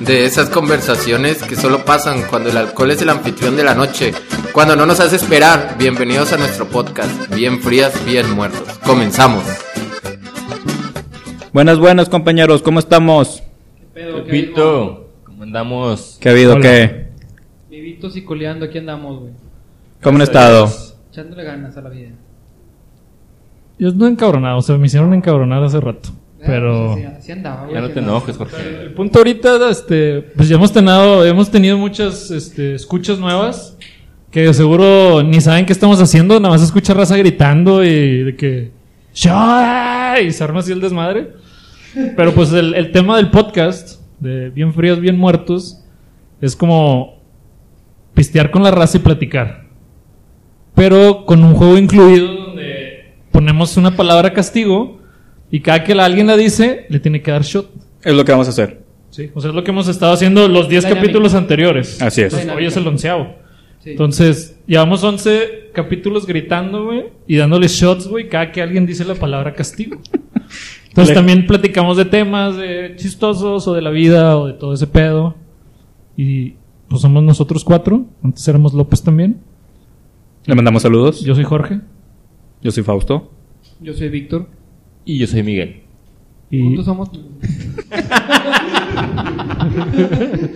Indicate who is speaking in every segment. Speaker 1: De esas conversaciones que solo pasan cuando el alcohol es el anfitrión de la noche, cuando no nos hace esperar. Bienvenidos a nuestro podcast, bien frías, bien muertos. Comenzamos.
Speaker 2: Buenas, buenas compañeros, ¿cómo estamos?
Speaker 3: Pepito, ¿cómo andamos?
Speaker 2: ¿Qué ha habido? ¿Qué?
Speaker 4: Vivitos y coleando, aquí andamos, güey.
Speaker 2: ¿Cómo han estado?
Speaker 4: Echándole ganas a la vida.
Speaker 5: Yo no encabronado, o sea, me hicieron encabronar hace rato.
Speaker 4: Eh,
Speaker 5: Pero
Speaker 4: pues, así- así andaba, güey.
Speaker 3: Ya no
Speaker 4: que
Speaker 3: te enojes, Jorge.
Speaker 5: el punto ahorita, este, pues ya hemos tenido, hemos tenido muchas este, escuchas nuevas que de seguro ni saben qué estamos haciendo, nada más escucha raza gritando y de que "Shh", y se arma así el desmadre. Pero pues el, el tema del podcast, de bien fríos, bien muertos, es como pistear con la raza y platicar. Pero con un juego incluido donde ponemos una palabra castigo y cada que la- alguien la dice, le tiene que dar shot.
Speaker 2: Es lo que vamos a hacer.
Speaker 5: Sí, o sea, es lo que hemos estado haciendo los 10
Speaker 4: Dinámica.
Speaker 5: capítulos anteriores.
Speaker 2: Así es.
Speaker 5: Entonces, hoy es el onceavo.
Speaker 4: Sí.
Speaker 5: Entonces, llevamos 11 capítulos gritando, güey, y dándole shots, güey, cada que alguien dice la palabra castigo. Entonces,
Speaker 2: Le-
Speaker 5: también platicamos de temas de chistosos o de la vida o de todo ese pedo. Y pues somos nosotros cuatro. Antes éramos López también.
Speaker 2: Le mandamos saludos. Yo,
Speaker 5: Yo soy Jorge.
Speaker 2: yo soy Fausto.
Speaker 4: Yo soy Víctor.
Speaker 3: Y yo soy Miguel.
Speaker 5: Y
Speaker 4: Juntos somos. pues,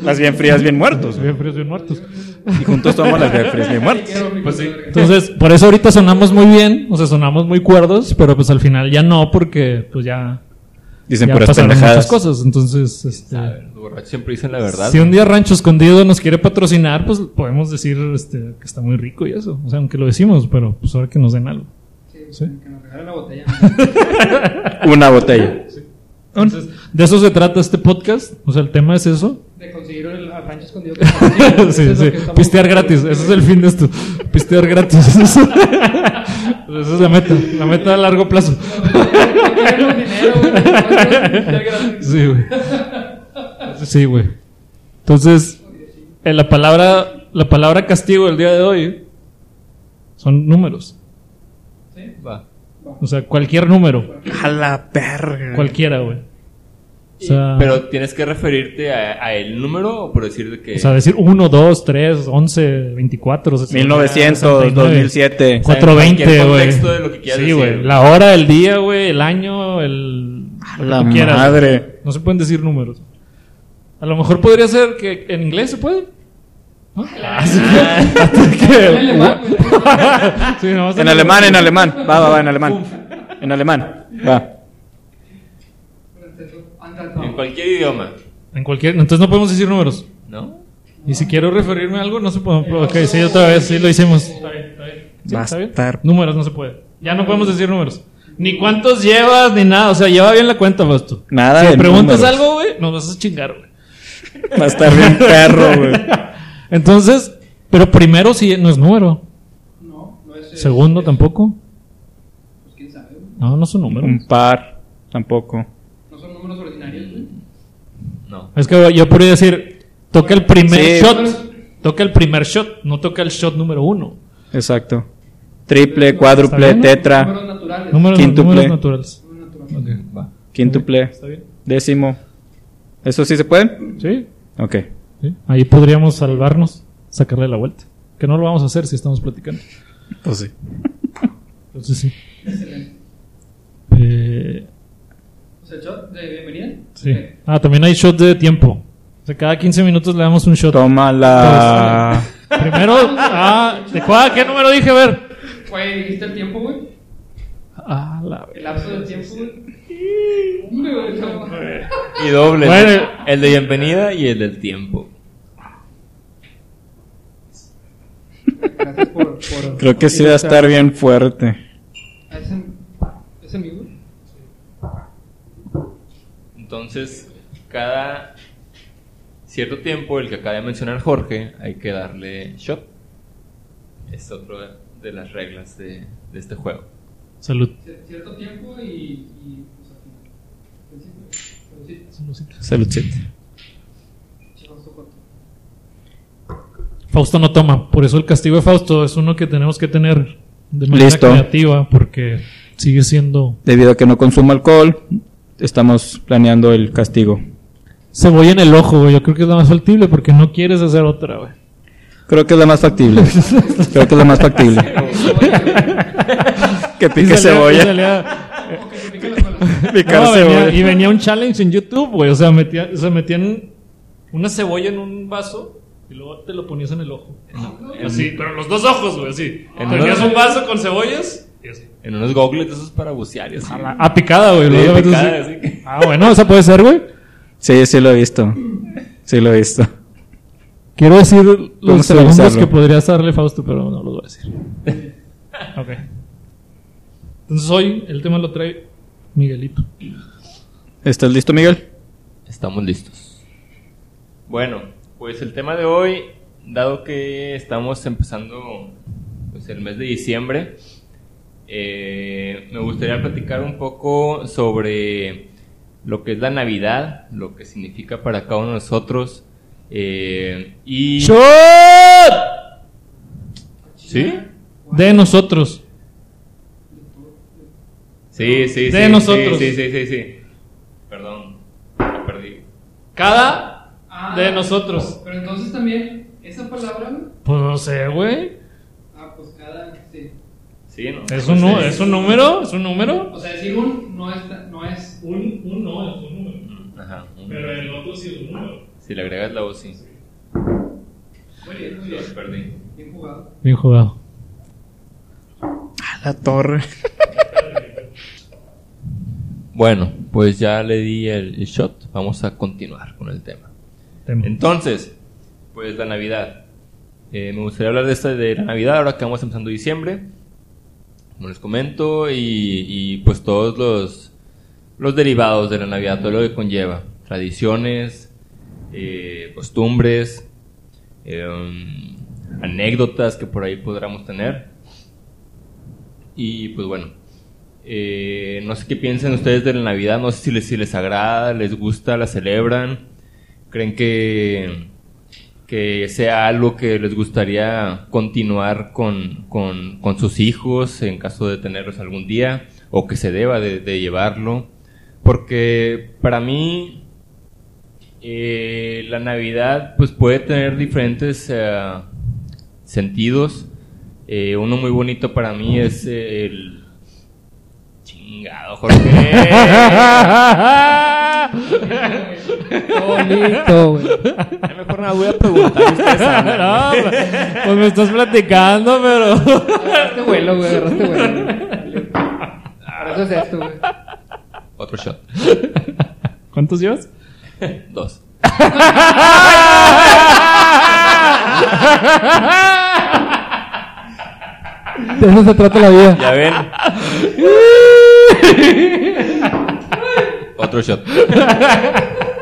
Speaker 2: Las bien frías, bien muertos.
Speaker 5: Bien fríos, bien muertos.
Speaker 2: Y juntos somos las bien frías, bien muertos.
Speaker 5: Pues sí. Entonces, por eso ahorita sonamos muy bien, o sea, sonamos muy cuerdos, pero pues al final ya no, porque pues ya,
Speaker 2: Dicen
Speaker 5: ya
Speaker 2: puras
Speaker 5: pasaron muchas
Speaker 2: pendejadas.
Speaker 5: cosas. Entonces, este,
Speaker 3: Los borrachos siempre dicen la verdad.
Speaker 5: si un día Rancho Escondido nos quiere patrocinar, pues podemos decir este, que está muy rico y eso. O sea, aunque lo decimos, pero pues ahora que nos den algo.
Speaker 4: Sí, Que nos regalen la botella.
Speaker 2: Una botella.
Speaker 5: Entonces, de eso se trata este podcast, o sea, el tema es eso.
Speaker 4: De conseguir el al rancho escondido.
Speaker 5: sí, sí. Pistear gratis, ese es el fin de esto. Pistear gratis. Esa es la meta, la meta a largo plazo. Sí, güey. Sí, güey. Entonces, eh, la palabra la palabra castigo del día de hoy son números.
Speaker 3: Va.
Speaker 5: O sea, cualquier número,
Speaker 2: A la perra.
Speaker 5: cualquiera, güey. O sea,
Speaker 3: Pero tienes que referirte a, a el número o por decir de que.
Speaker 5: o sea, decir 1, 2, 3, 11, 24,
Speaker 2: 1900, 2007.
Speaker 3: O sea, en
Speaker 5: 420,
Speaker 3: cualquier
Speaker 5: güey.
Speaker 3: contexto de lo que quieras
Speaker 5: sí,
Speaker 3: decir.
Speaker 5: güey. La hora, el día, güey, el año, el. lo que
Speaker 2: La
Speaker 5: tú quieras, güey.
Speaker 2: madre.
Speaker 5: No se pueden decir números. A lo mejor podría ser que en inglés se puede. ¿No?
Speaker 3: Ah.
Speaker 5: Así que- hasta que- Sí, no,
Speaker 2: En alemán, en alemán. Va, va, va, en alemán. En alemán. Va.
Speaker 3: En cualquier idioma.
Speaker 5: En cualquier. Entonces no podemos decir números.
Speaker 3: ¿No?
Speaker 5: Y si quiero referirme a algo, Eh, no se puede. Ok, sí, otra vez, sí, lo hicimos. Está bien, está bien. Sí, está bien.
Speaker 2: Bastar-
Speaker 5: Números no se puede. Ya no podemos decir números. Ni cuántos llevas, ni nada. O sea, lleva bien la cuenta, Fausto.
Speaker 2: Nada
Speaker 5: Si
Speaker 2: de
Speaker 5: me preguntas
Speaker 2: números.
Speaker 5: algo, güey, nos vas a chingar, güey.
Speaker 2: Va a estar bien perro, güey.
Speaker 5: Entonces, pero primero sí no es número.
Speaker 4: No, no es. eh,
Speaker 5: Segundo tampoco.
Speaker 4: pues, quién sabe, güey.
Speaker 5: No, no son números.
Speaker 2: Un par. Tampoco.
Speaker 4: No son números ordinarios, güey.
Speaker 3: No.
Speaker 5: Es que yo podría decir, toca el primer
Speaker 2: Sí.
Speaker 5: shot. Toca el primer shot, no toca el shot número uno.
Speaker 2: Exacto. Triple, cuádruple,
Speaker 5: ¿Está bien?
Speaker 2: tetra,
Speaker 4: Números naturales.
Speaker 5: Números,
Speaker 2: Quíntuple.
Speaker 5: números naturales.
Speaker 4: Números naturales.
Speaker 3: Va.
Speaker 2: quíntuple,
Speaker 5: ¿Está bien?
Speaker 2: décimo. ¿Eso sí se puede?
Speaker 5: Sí.
Speaker 2: Ok.
Speaker 5: sí. Ahí podríamos salvarnos, sacarle la vuelta. Que no lo vamos a hacer si estamos platicando.
Speaker 2: Pues sí.
Speaker 5: Entonces sí.
Speaker 4: Excelente.
Speaker 5: Eh,
Speaker 4: Pues el shot de bienvenida.
Speaker 5: sí.
Speaker 4: Ok.
Speaker 5: Ah, también hay shot de tiempo. O sea, cada 15 minutos le damos un shot.
Speaker 2: Toma la.
Speaker 5: Primero, ah, ¿de cuál? ¿Qué número dije? A ver.
Speaker 4: Güey, dijiste el tiempo, güey.
Speaker 5: Ah, la
Speaker 4: El lapso del tiempo, güey. Hombre, güey, no.
Speaker 3: Y doble.
Speaker 5: Bueno.
Speaker 3: ¿no? El de bienvenida y el del tiempo.
Speaker 4: Gracias por. por
Speaker 2: Creo que sí va a estar bien fuerte.
Speaker 4: ¿Es en, es en vivo?
Speaker 3: Entonces, cada cierto tiempo, el que acaba de mencionar Jorge, hay que darle shot. Es otro de las reglas de, de este juego.
Speaker 5: Salud.
Speaker 4: Cier- Cierto tiempo y. y pues, al final. Principio, pero sí,
Speaker 2: Saludcita.
Speaker 4: sí, justo corto.
Speaker 5: Fausto no toma, por eso el castigo de Fausto es uno que tenemos que tener de manera
Speaker 2: Listo.
Speaker 5: creativa porque sigue siendo
Speaker 2: Debido a que no consumo alcohol,
Speaker 6: estamos planeando el castigo.
Speaker 5: Cebolla en el ojo, güey. Yo creo que es la más factible porque no quieres hacer otra, güey.
Speaker 6: Creo que es la más factible. Creo que es la más factible. que pique
Speaker 5: Y
Speaker 6: cebolla.
Speaker 5: salía-
Speaker 6: Picar
Speaker 5: No, venía- y
Speaker 6: cebolla.
Speaker 5: venía un challenge en YouTube, güey. O sea, metía, o sea, metían una cebolla en un vaso y luego te lo ponías en el ojo.
Speaker 3: Ah,
Speaker 5: Así, pero los dos ojos, güey, así.
Speaker 3: En
Speaker 5: Tenías
Speaker 3: uno-
Speaker 5: un vaso con cebollas y así.
Speaker 3: En unos goggles de esos para bucear y así.
Speaker 5: Ah, picada, güey.
Speaker 3: Sí,
Speaker 5: luego metes
Speaker 3: picada,
Speaker 5: así.
Speaker 3: así.
Speaker 5: Ah, bueno, esa puede ser, güey.
Speaker 6: Sí, sí lo he visto. Sí lo he visto.
Speaker 5: Quiero decir los
Speaker 6: Vamos a
Speaker 5: segundos
Speaker 6: revisarlo.
Speaker 5: que podrías darle Fausto, pero no los voy a decir. ok. Entonces hoy el tema lo trae Miguelito.
Speaker 6: ¿Estás listo, Miguel?
Speaker 3: Estamos listos. Bueno, pues el tema de hoy, dado que estamos empezando pues, el mes de diciembre, eh, me gustaría platicar un poco sobre lo que es la Navidad, lo que significa para cada uno de nosotros. eh, y... ¿Sí?
Speaker 5: De nosotros.
Speaker 3: Sí, sí,
Speaker 5: De
Speaker 3: sí,
Speaker 5: nosotros.
Speaker 3: Sí, sí, sí, sí, sí. Perdón, me perdí.
Speaker 5: Cada
Speaker 4: Ah,
Speaker 5: de nosotros.
Speaker 4: Pero entonces también, esa palabra.
Speaker 5: Pues no sé, güey.
Speaker 4: Ah, pues cada. Sí.
Speaker 3: Sí, no,
Speaker 5: ¿Es un, nu-
Speaker 3: Sí.
Speaker 5: ¿Es un número? ¿Es un número?
Speaker 4: O sea, decir un no es. ta- No es
Speaker 5: Un, un no, es un número.
Speaker 3: Ajá.
Speaker 5: el otro sí es un número.
Speaker 3: Si le agregas la voz, sí. Los perdí.
Speaker 4: bien jugado.
Speaker 5: Bien jugado.
Speaker 6: A la torre.
Speaker 3: Bueno, pues ya le di el el shot. Vamos a continuar con el tema. Entonces, pues la Navidad. Eh, me gustaría hablar de esta de la Navidad ahora que vamos empezando diciembre. Como les comento, y, y, pues todos los, los derivados de la Navidad, todo lo que conlleva. Tradiciones, eh, costumbres, eh, um, anécdotas que por ahí podamos tener. Y pues bueno, eh, no sé qué piensan ustedes de la Navidad, no sé si les, si les agrada, les gusta, la celebran. ¿Creen que, que sea algo que les gustaría continuar con, con, con sus hijos en caso de tenerlos algún día? ¿O que se deba de, de llevarlo? Porque para mí eh, la Navidad pues puede tener diferentes eh, sentidos. Eh, uno muy bonito para mí es el... Chingado, Jorge.
Speaker 7: Bonito, güey.
Speaker 3: Ya Mejor no voy a preguntar. ustedes hablan.
Speaker 5: No, pues me estás platicando, pero.
Speaker 7: Agarraste vuelo, güey. Agarraste vuelo. Por eso es esto, güey.
Speaker 3: Otro shot.
Speaker 5: ¿Cuántos llevas?
Speaker 3: Dos.
Speaker 5: Ah,
Speaker 7: De eso se trata la vida.
Speaker 3: Ya ven. Otro shot.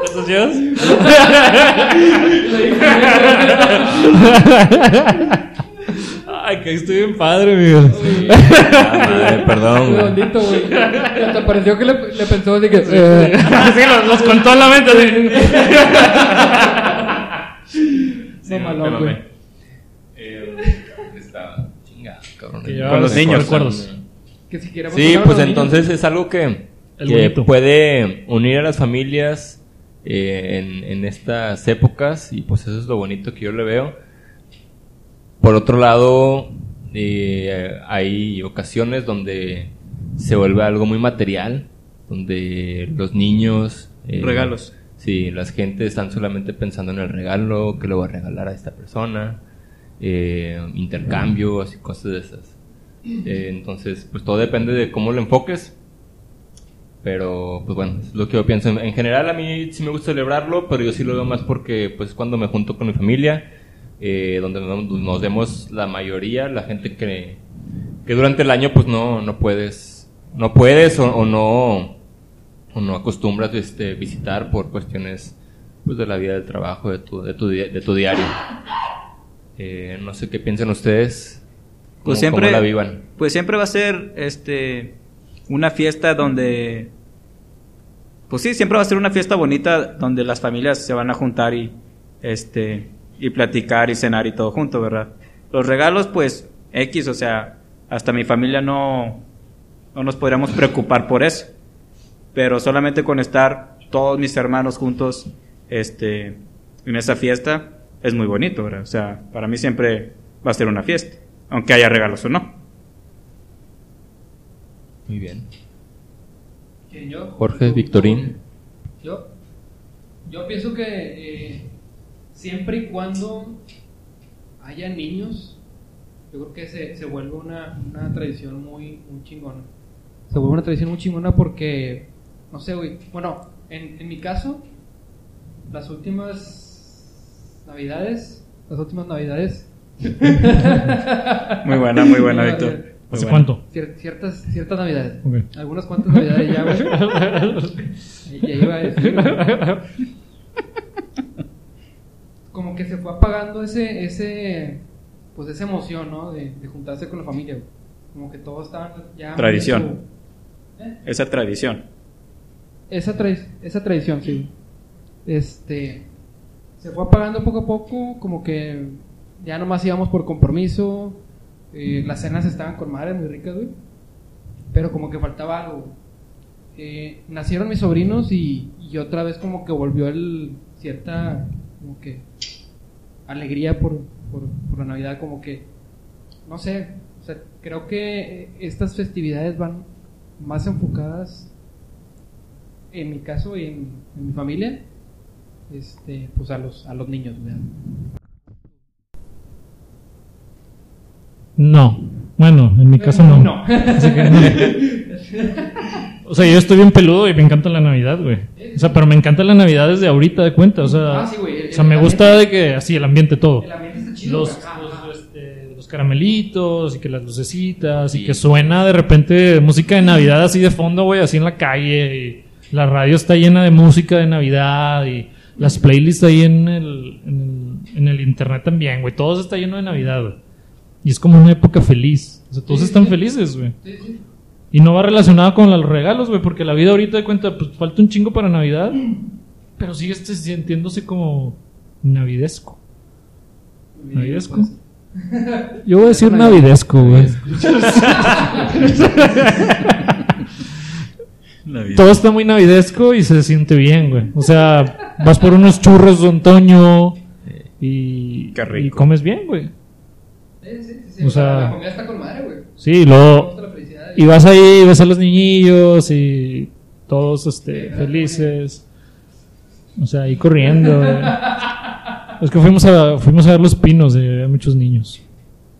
Speaker 5: ¿Cuántos llevas? Ay, que estoy bien padre, Miguel.
Speaker 3: Ah, madre, perdón.
Speaker 7: Muy
Speaker 3: güey.
Speaker 7: bonito, güey. Hasta pareció que le, le pensó así que. eh,
Speaker 5: Así los, los contó en la mente. así.
Speaker 3: Sí,
Speaker 7: no,
Speaker 3: me-
Speaker 7: malón,
Speaker 3: me
Speaker 7: güey.
Speaker 3: mamé. Eh, estaba chingado, cabrón.
Speaker 5: Que ya
Speaker 6: Con los
Speaker 5: me
Speaker 6: niños.
Speaker 5: recuerdos.
Speaker 7: Que si queremos
Speaker 3: Sí,
Speaker 7: hablar
Speaker 3: pues
Speaker 7: de los niños.
Speaker 3: entonces es algo que,
Speaker 5: El
Speaker 3: que
Speaker 5: bonito.
Speaker 3: puede unir a las familias eh, en, en estas épocas y pues eso es lo bonito que yo le veo. Por otro lado, eh, hay ocasiones donde se vuelve algo muy material, donde los niños... eh,
Speaker 6: Regalos.
Speaker 3: Sí, las gente están solamente pensando en el regalo, que le voy a regalar a esta persona, eh, intercambios y cosas de esas. Eh, entonces, pues todo depende de cómo lo enfoques. Pero, pues bueno, es lo que yo pienso. En, en general, a mí sí me gusta celebrarlo, pero yo sí lo veo más porque, pues, es cuando me junto con mi familia, eh, donde no- nos vemos la mayoría, la gente que, que durante el año, pues, no, no puedes, no puedes o, o no, o no acostumbras este, visitar por cuestiones, pues, de la vida del trabajo, de tu, de tu, di- de tu diario. Eh, no sé qué piensan ustedes. cómo-
Speaker 6: Pues siempre,
Speaker 3: cómo la vivan.
Speaker 6: pues siempre va a ser este una fiesta donde pues sí, siempre va a ser una fiesta bonita donde las familias se van a juntar y este y platicar y cenar y todo junto, ¿verdad? Los regalos pues X, o sea, hasta mi familia no no nos podríamos preocupar por eso. Pero solamente con estar todos mis hermanos juntos este, en esa fiesta es muy bonito, ¿verdad? O sea, para mí siempre va a ser una fiesta, aunque haya regalos o no.
Speaker 3: Muy bien.
Speaker 4: ¿Quién, yo?
Speaker 3: Jorge Victorín.
Speaker 4: Yo, yo pienso que eh, siempre y cuando haya niños, yo creo que se, se vuelve una, una tradición muy, muy chingona. Se vuelve una tradición muy chingona porque, no sé, güey. Bueno, en, en mi caso, las últimas navidades, las últimas navidades.
Speaker 6: Muy buena, muy buena, Víctor. Muy
Speaker 3: Pues
Speaker 5: ¿Hace
Speaker 6: buena.
Speaker 5: cuánto?
Speaker 4: Cier- ciertas, ciertas navidades.
Speaker 5: Ok.
Speaker 4: Algunas cuantas navidades ya, güey. Ahí ya iba a decir, güey. Como que se fue apagando ese, ese, pues esa emoción, ¿no? De, de juntarse con la familia, güey. Como que todos estaban ya... muy
Speaker 6: Tradición.
Speaker 4: en su-
Speaker 6: Esa tradición.
Speaker 4: esa, trai- esa tradición, sí. Este. Se fue apagando poco a poco, como que ya nomás íbamos por compromiso. eh, las cenas estaban con madre, muy ricas, güey. Pero como que faltaba algo. güey. Eh, nacieron mis sobrinos y, y otra vez como que volvió el cierta como que alegría por, por, por la Navidad, como que no sé, o sea, creo que eh, estas festividades van más enfocadas en mi caso y en, en mi familia, este, pues a los, a los niños, ¿verdad?
Speaker 5: No. Bueno, en mi caso no.
Speaker 4: No.
Speaker 5: Así que no. O sea, yo estoy bien peludo y me encanta la Navidad, güey. O sea, pero me encanta la Navidad desde ahorita de cuenta. O sea,
Speaker 4: Ah, sí, güey, el-
Speaker 5: o sea me
Speaker 4: el
Speaker 5: gusta de que así el ambiente todo.
Speaker 4: El ambiente está chido.
Speaker 5: Los,
Speaker 4: güey. Ajá,
Speaker 5: los,
Speaker 4: ajá.
Speaker 5: este, los caramelitos y que las lucecitas
Speaker 3: Sí.
Speaker 5: y que suena de repente música de Navidad así de fondo, güey, así en la calle. Y la radio está llena de música de Navidad y las playlists ahí en el, en el, en el internet también, güey. Todo está lleno de Navidad, güey. Y es como una época feliz. O sea, todos
Speaker 4: Sí,
Speaker 5: están
Speaker 4: sí.
Speaker 5: felices, güey.
Speaker 4: Sí, sí.
Speaker 5: Y no va relacionado con los regalos, güey, porque la vida ahorita de cuenta, pues falta un chingo para Navidad, pero sigue este- sintiéndose como navidesco. ¿Navidesco?
Speaker 4: pues,
Speaker 5: Yo voy a decir navidesco, güey. Todo está muy navidesco y se siente bien, güey. O sea, vas por unos churros de otoño y,
Speaker 6: Qué rico.
Speaker 5: y comes bien, güey.
Speaker 4: Sí, sí, sí, sí.
Speaker 5: O sea-
Speaker 4: la comida está con madre, güey.
Speaker 5: Sí, y
Speaker 4: Me
Speaker 5: luego
Speaker 4: gusta la felicidad.
Speaker 5: Y vas ahí, ves a los niñillos y todos este, felices. O sea, ahí corriendo. güey. Es que fuimos a, fuimos a ver los pinos, eh, había muchos niños.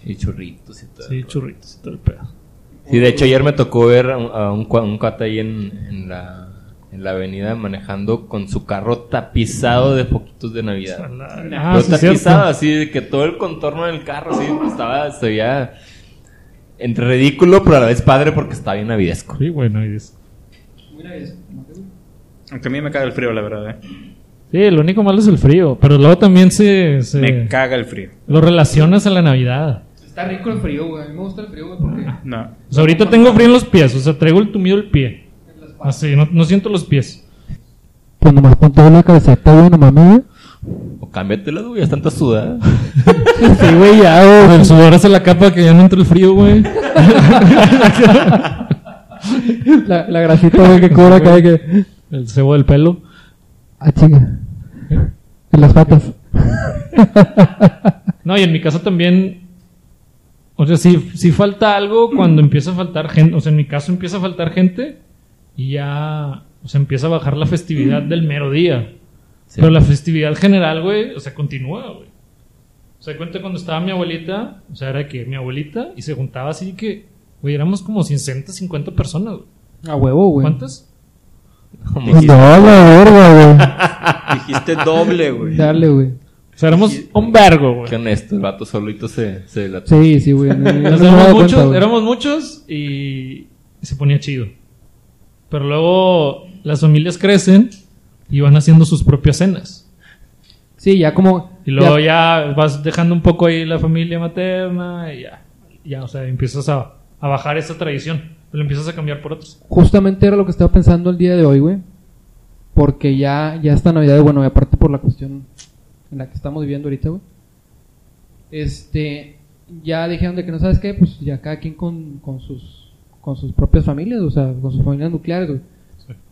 Speaker 3: Y churritos y todo.
Speaker 5: Sí, churritos y todo el pedo.
Speaker 3: Sí, de hecho ayer me tocó ver a un, a un cua- un cuate ahí en, en la, en la avenida manejando con su carro tapizado de foquitos de Navidad.
Speaker 5: Ah,
Speaker 3: Pero
Speaker 5: sí, es
Speaker 3: tapizado
Speaker 5: cierto.
Speaker 3: así, de que todo el contorno del carro sí, pues, estaba, se veía entre ridículo, pero a la vez padre porque estaba bien navidesco.
Speaker 5: Sí, güey, navidesco.
Speaker 4: Muy navideño, ¿no?
Speaker 6: Aunque a mí me caga el frío, la verdad. ¿eh?
Speaker 5: Sí, lo único malo es el frío, pero luego también se, se-
Speaker 6: Me caga el frío.
Speaker 5: lo relacionas a la Navidad.
Speaker 4: pues, Está rico el frío, güey. A mí me gusta el frío, güey, porque
Speaker 5: Ah.
Speaker 6: No.
Speaker 5: O sea, ahorita tengo frío en los pies, o sea, traigo el tumido el pie.
Speaker 4: en las patas.
Speaker 5: Así, no, no siento los pies.
Speaker 7: Pues nomás ponte una calceta, güey, no mames.
Speaker 3: O cámbiatela, güey, ya está tanta sudada.
Speaker 5: Sí, güey, ya, güey. El sudor hace la capa que ya no entra el frío, güey.
Speaker 7: La, la grasita, güey, que cobra acá, de que.
Speaker 5: El cebo del pelo. ¿Eh?
Speaker 7: Ah, chinga. En las patas.
Speaker 5: No, y en mi caso también. O sea, si, si falta algo cuando empieza a faltar gente. O sea, en mi caso empieza a faltar gente y ya. O sea, empieza a bajar la festividad del mero día.
Speaker 3: Sí.
Speaker 5: Pero la festividad general, güey, o sea, continúa, güey. O sea, cuenta cuando estaba mi abuelita, o sea, era que mi abuelita, y se juntaba así que, güey, éramos como 60, 50 personas, güey.
Speaker 7: A huevo, güey.
Speaker 5: ¿Cuántas?
Speaker 3: Como
Speaker 7: No, la verga,
Speaker 6: Dijiste doble,
Speaker 7: güey.
Speaker 6: güey.
Speaker 7: Dale, güey.
Speaker 5: O sea, éramos un vergo, güey.
Speaker 3: que honesto, el vato solito se, se la-
Speaker 7: Sí, sí, güey. No, no
Speaker 5: Nos
Speaker 7: me he
Speaker 5: éramos
Speaker 7: dado
Speaker 5: muchos,
Speaker 7: cuenta, güey.
Speaker 5: éramos muchos y se ponía chido. Pero luego las familias crecen y van haciendo sus propias cenas.
Speaker 7: Sí, ya como.
Speaker 5: Y luego ya, vas dejando un poco ahí la familia materna y ya. Ya, o sea, empiezas a, a bajar esa tradición. Lo empiezas a cambiar por otros.
Speaker 7: Justamente era lo que estaba pensando el día de hoy, güey. Porque ya, ya esta Navidad, bueno, y aparte por la cuestión en la que estamos viviendo ahorita, güey. Este, ya dijeron de que no sabes qué, pues ya cada quien con, con sus con sus propias familias, o sea, con sus familias nucleares, güey.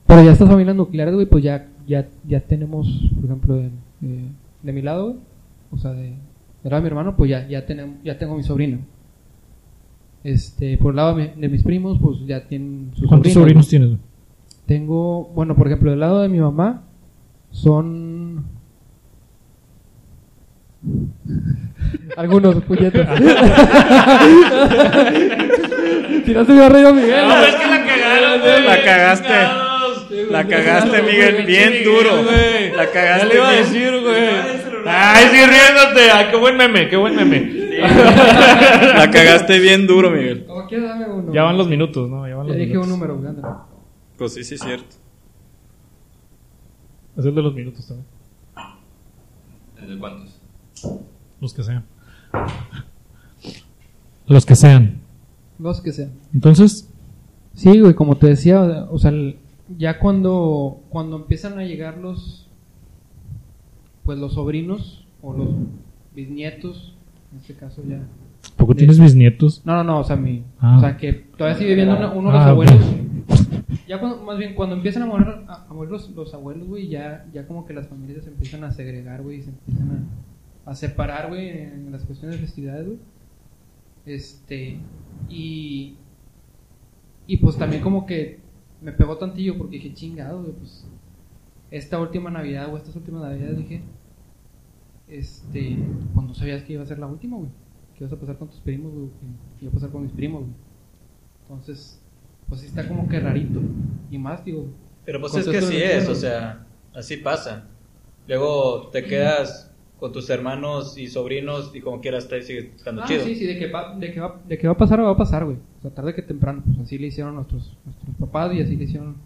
Speaker 4: Pero ya estas familias nucleares, güey, pues ya, ya, ya tenemos, por ejemplo, de, de- de mi lado, güey, o sea, de, del lado de mi hermano, pues ya, ya, tenemos, ya tengo mi sobrino. Este, por el lado de, mi- de mis primos, pues ya tienen sus
Speaker 5: ¿Cuántos sobrinos tienes? güey?
Speaker 4: Tengo, bueno, por ejemplo, del lado de mi mamá son algunos puñetas. si no se me va a reír a Miguel.
Speaker 5: No, es que la cagaron, güey.
Speaker 8: La cagaste. La cagaste, Miguel, bien duro.
Speaker 5: güey.
Speaker 8: La cagaste,
Speaker 5: Ya le iba a
Speaker 8: bien.
Speaker 5: decir, güey. Ay, sí, riéndote. Ay, qué buen meme, qué buen meme.
Speaker 8: La cagaste bien duro, Miguel.
Speaker 4: Como quieras, dame uno.
Speaker 5: Ya van los minutos, ¿no? Ya van
Speaker 4: Ya
Speaker 5: los
Speaker 4: dije un
Speaker 5: minutos.
Speaker 4: número, güey, ándale.
Speaker 8: Pues sí, sí, es cierto.
Speaker 5: Es el de los minutos también.
Speaker 3: ¿Desde cuántos?
Speaker 5: Los que sean. Los que sean.
Speaker 4: Los que sean.
Speaker 5: Entonces,
Speaker 4: Sí, güey, como te decía, o sea, el- ya cuando, cuando empiezan a llegar los, pues los sobrinos o los bisnietos, en este caso ya.
Speaker 5: poco
Speaker 4: De-
Speaker 5: tienes bisnietos.
Speaker 4: No, no, no, o sea, mi,
Speaker 5: Ah.
Speaker 4: o sea, que todavía sigue viviendo una- uno de los
Speaker 5: Ah, ok.
Speaker 4: abuelos. Ya cuando, más bien, cuando empiezan a morir, a, a morir los, los abuelos, güey, ya, ya como que las familias se empiezan a segregar, güey, y se empiezan a, a separar, güey, en las cuestiones de festividades, güey. Este, y, y pues también como que me pegó tantillo porque dije, chingado, güey, pues, esta última Navidad, o estas últimas Navidades, dije, este, pues no sabías que iba a ser la última, güey. Que ibas a pasar con tus primos, güey, que iba a pasar con mis primos, güey. Entonces, pues sí está como que rarito. Y más, digo,
Speaker 8: Pero pues
Speaker 4: Con
Speaker 8: es que
Speaker 4: todo
Speaker 8: así
Speaker 4: el
Speaker 8: es,
Speaker 4: tiempo.
Speaker 8: o sea, así pasa. Luego te quedas con tus hermanos y sobrinos y como quieras te sigue estando
Speaker 4: ah,
Speaker 8: chido.
Speaker 4: sí, sí, de que, va, de, que va, de que va a pasar, va a pasar, güey. O sea, tarde que temprano, pues así le hicieron nuestros, nuestros papás y así le hicieron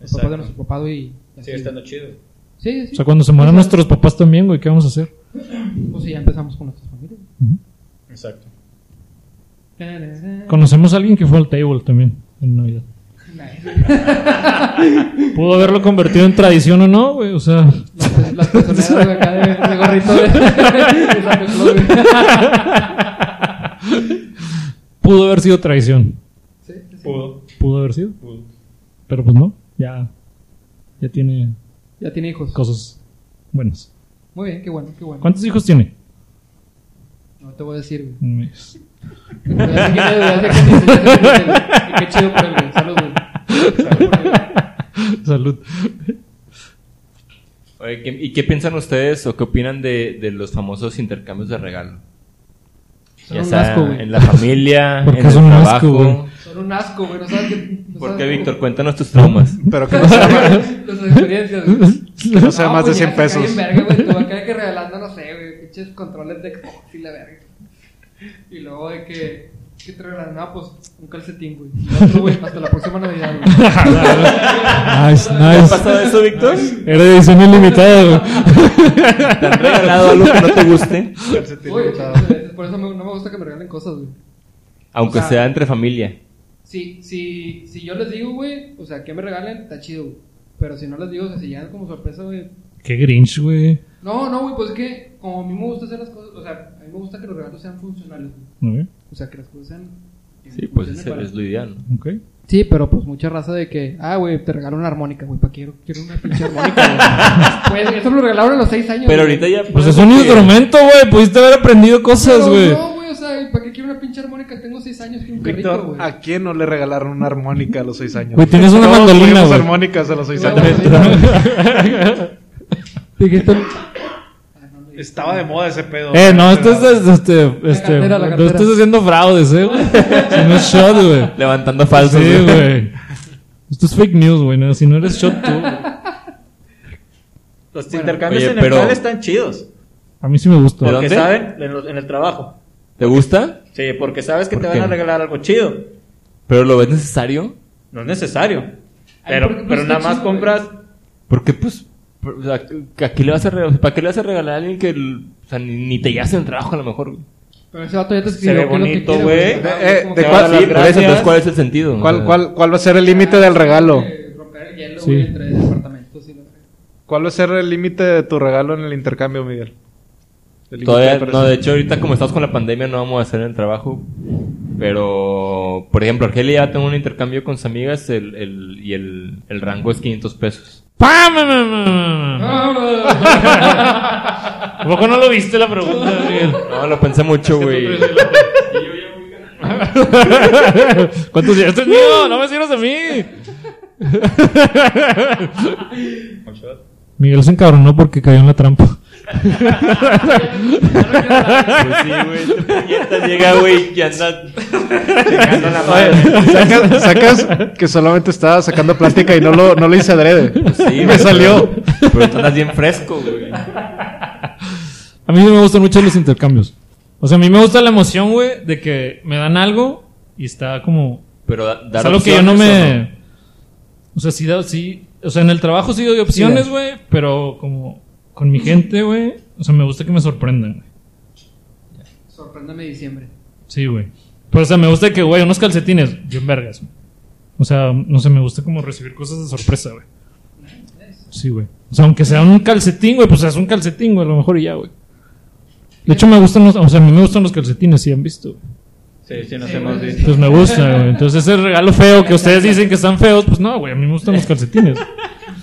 Speaker 4: los papás de
Speaker 8: Exacto.
Speaker 4: nuestros papás, güey. y así,
Speaker 8: Sigue estando chido.
Speaker 4: Sí, sí, sí.
Speaker 5: O sea, cuando se mueran nuestros papás también, güey, ¿qué vamos a hacer?
Speaker 4: Pues sí, ya empezamos con nuestras familias.
Speaker 8: Exacto.
Speaker 5: Conocemos a alguien que fue al table también en Navidad. Pudo haberlo convertido en tradición o no, güey. O sea,
Speaker 4: Las, las personas güey, acá de, de gorrito de, de Santa Claus, güey.
Speaker 5: pudo haber sido traición.
Speaker 4: Sí, sí, sí.
Speaker 5: Pudo haber sido. Pero pues no, ya, ya tiene
Speaker 4: Ya tiene hijos.
Speaker 5: cosas buenas.
Speaker 4: Muy bien, qué bueno, qué bueno.
Speaker 5: ¿Cuántos hijos tiene?
Speaker 4: No te voy a decir, güey.
Speaker 5: Un mes.
Speaker 4: Pero ya sé que- ya sé que sí, sí, sí, sí, sí, Qué chido por él, güey. Salud, güey. Salud por él.
Speaker 5: Salud.
Speaker 3: Oye, ¿qué- ¿y qué piensan ustedes o qué opinan de, de los famosos intercambios de regalo?
Speaker 4: Son un asco, güey.
Speaker 3: en la familia,
Speaker 5: Porque
Speaker 3: en el
Speaker 5: es un asco,
Speaker 3: trabajo.
Speaker 5: güey.
Speaker 4: Son un asco, güey. No sabes qué. No
Speaker 3: ¿Por
Speaker 4: sabes
Speaker 3: qué,
Speaker 4: cómo-
Speaker 3: Víctor? Cuéntanos tus traumas.
Speaker 9: Pero que no sea,
Speaker 4: Las experiencias, güey.
Speaker 9: que no sea más de
Speaker 4: pues ya
Speaker 9: 100
Speaker 4: se cae en
Speaker 9: pesos.
Speaker 4: verga, güey. Tú acá de que regalando, no sé, güey. Pinches controles de Xbox y la verga. Y luego de que. ¿Qué te regalan? No, pues un calcetín, güey. Y otro, güey, Hasta la próxima Navidad, güey.
Speaker 5: Nice,
Speaker 3: ¿Te ha
Speaker 5: nice.
Speaker 3: pasado eso, Víctor?
Speaker 5: Era edición ilimitada, güey.
Speaker 3: ¿Te han regalado algo que no te guste?
Speaker 4: Oye, chicos, Por eso me- no me gusta que me regalen cosas, güey.
Speaker 3: Aunque
Speaker 4: O sea,
Speaker 3: sea entre familia.
Speaker 4: Si, si, si yo les digo, güey, o sea, que me regalen, está chido, güey. Pero si no les digo, o sea, si llegan como sorpresa, güey.
Speaker 5: Qué grinch, güey.
Speaker 4: No, no, güey, pues es que como a mí me gusta hacer las cosas, o sea, a mí me gusta que los regalos sean funcionales, güey.
Speaker 5: Ok,
Speaker 4: O sea, que las cosas sean. que
Speaker 3: Sí, pues
Speaker 4: funcionen
Speaker 3: ese
Speaker 4: para-
Speaker 3: es lo ideal. ¿no?
Speaker 5: ok.
Speaker 4: Sí, pero pues mucha raza de que, ah, güey, te regalo una armónica, güey, pa' quiero, quiero una pinche armónica, güey. pues eso me lo regalaron a los seis años.
Speaker 3: Pero
Speaker 4: güey.
Speaker 3: ahorita ya...
Speaker 5: Pues es un instrumento, güey. Pudiste haber aprendido cosas,
Speaker 4: Pero
Speaker 5: güey.
Speaker 4: No, güey, o sea, ¿para qué quiero una pinche armónica? Tengo seis años y un carrito,
Speaker 9: Víctor,
Speaker 4: güey.
Speaker 9: ¿a quién no le regalaron una armónica a los 6 años?
Speaker 5: Güey, tienes una
Speaker 9: Todos
Speaker 5: mandolina,
Speaker 9: tuvimos
Speaker 5: güey.
Speaker 9: armónicas a los 6
Speaker 4: Una
Speaker 9: años.
Speaker 4: Dijiste,
Speaker 9: Estaba de moda ese pedo.
Speaker 5: Eh, no, esto es este, este,
Speaker 4: cartera, la
Speaker 5: no
Speaker 4: cartera.
Speaker 5: estás haciendo fraudes, eh, güey. Si no es shot, güey.
Speaker 3: Levantando falsos.
Speaker 5: Sí,
Speaker 3: güey.
Speaker 5: güey. Esto es fake news, güey. ¿no? Si no eres shot tú. güey.
Speaker 8: Los
Speaker 4: Bueno,
Speaker 8: intercambios
Speaker 3: oye,
Speaker 8: en el
Speaker 3: pero-
Speaker 8: cual están chidos.
Speaker 5: A mí sí me gusta.
Speaker 3: ¿De
Speaker 8: Porque
Speaker 3: dónde?
Speaker 8: saben, en, los- en el trabajo.
Speaker 3: ¿Te gusta?
Speaker 8: Sí, porque sabes que
Speaker 3: ¿Por
Speaker 8: te
Speaker 3: qué?
Speaker 8: van a regalar algo chido.
Speaker 3: ¿Pero lo ves necesario?
Speaker 8: No es necesario.
Speaker 4: Ay,
Speaker 8: Pero,
Speaker 4: porque, pues,
Speaker 8: pero
Speaker 4: está
Speaker 8: nada más
Speaker 4: chido, güey.
Speaker 8: compras.
Speaker 3: Porque pues... por- o sea, ¿a qué le vas a regalar? ¿Para qué le vas a regalar a alguien que o sea, ni, ni te hace el trabajo a lo mejor? güey?
Speaker 4: pues, pero ese vato ya te
Speaker 8: ve
Speaker 4: escribió. ¿qué es lo que
Speaker 8: bonito,
Speaker 4: quiere,
Speaker 8: güey.
Speaker 4: Ajá,
Speaker 9: De- eh,
Speaker 4: como
Speaker 9: de
Speaker 4: que-
Speaker 9: cuál-
Speaker 3: Ahora, por
Speaker 9: sí,
Speaker 3: eso,
Speaker 9: gracias.
Speaker 3: entonces, ¿cuál es el sentido? O
Speaker 9: ¿Cuál,
Speaker 3: sea,
Speaker 9: cuál, ¿Cuál va a ser el límite del regalo?
Speaker 4: Eh, Romper el hielo,
Speaker 5: Sí.
Speaker 4: güey, entre departamentos y la verga.
Speaker 9: ¿Cuál va a ser el límite de tu regalo en el intercambio, Miguel? El límite
Speaker 3: Todavía,
Speaker 9: de precio.
Speaker 3: no, de hecho, ahorita como estamos con la pandemia no vamos a hacer el trabajo. Pero, por ejemplo, Argelia ya tengo un intercambio con sus amigas el, el- y el, el rango es 500 pesos.
Speaker 5: ¿A poco no lo viste la pregunta, Miguel?
Speaker 3: No, lo pensé mucho, güey.
Speaker 5: ¿Cuántos días? ¡Esto es mío! ¡No me sirvas a mí! Miguel se encabronó porque cayó en la trampa.
Speaker 3: Pues sí, güey. Este puñeta llega, güey, que anda chingando la
Speaker 9: Sacas, sacas que solamente estaba sacando plática y no lo, no lo hice adrede.
Speaker 3: pues Sí,
Speaker 9: me
Speaker 3: güey,
Speaker 9: salió.
Speaker 3: Pero, pero tú andas bien fresco, güey.
Speaker 5: A mí sí me gustan mucho los intercambios. O sea, a mí me gusta la emoción, güey, de que me dan algo y está como
Speaker 3: Pero da-
Speaker 5: Es
Speaker 3: dar
Speaker 5: algo que yo no
Speaker 3: opciones, ¿o
Speaker 5: me. O sea, sí, da- sí. O sea, en el trabajo sí doy opciones, güey. Pero como con mi gente, güey. O sea, me gusta que me sorprendan, güey.
Speaker 4: Sorpréndame diciembre.
Speaker 5: Sí, güey. Pero, o sea, me gusta que, güey, unos calcetines. Yo en vergas, güey. O sea, no sé, me gusta como recibir cosas de sorpresa, güey. Sí, güey. O sea, aunque sea un calcetín, güey, pues es un calcetín, güey, a lo mejor y ya, güey. De hecho, me gustan los. O sea, a mí me gustan los calcetines, si han visto, güey.
Speaker 8: Sí, sí, nos hemos visto.
Speaker 5: Pues me gusta, güey. Entonces, ese regalo feo que ustedes dicen que están feos, pues no, güey, a mí me gustan los calcetines.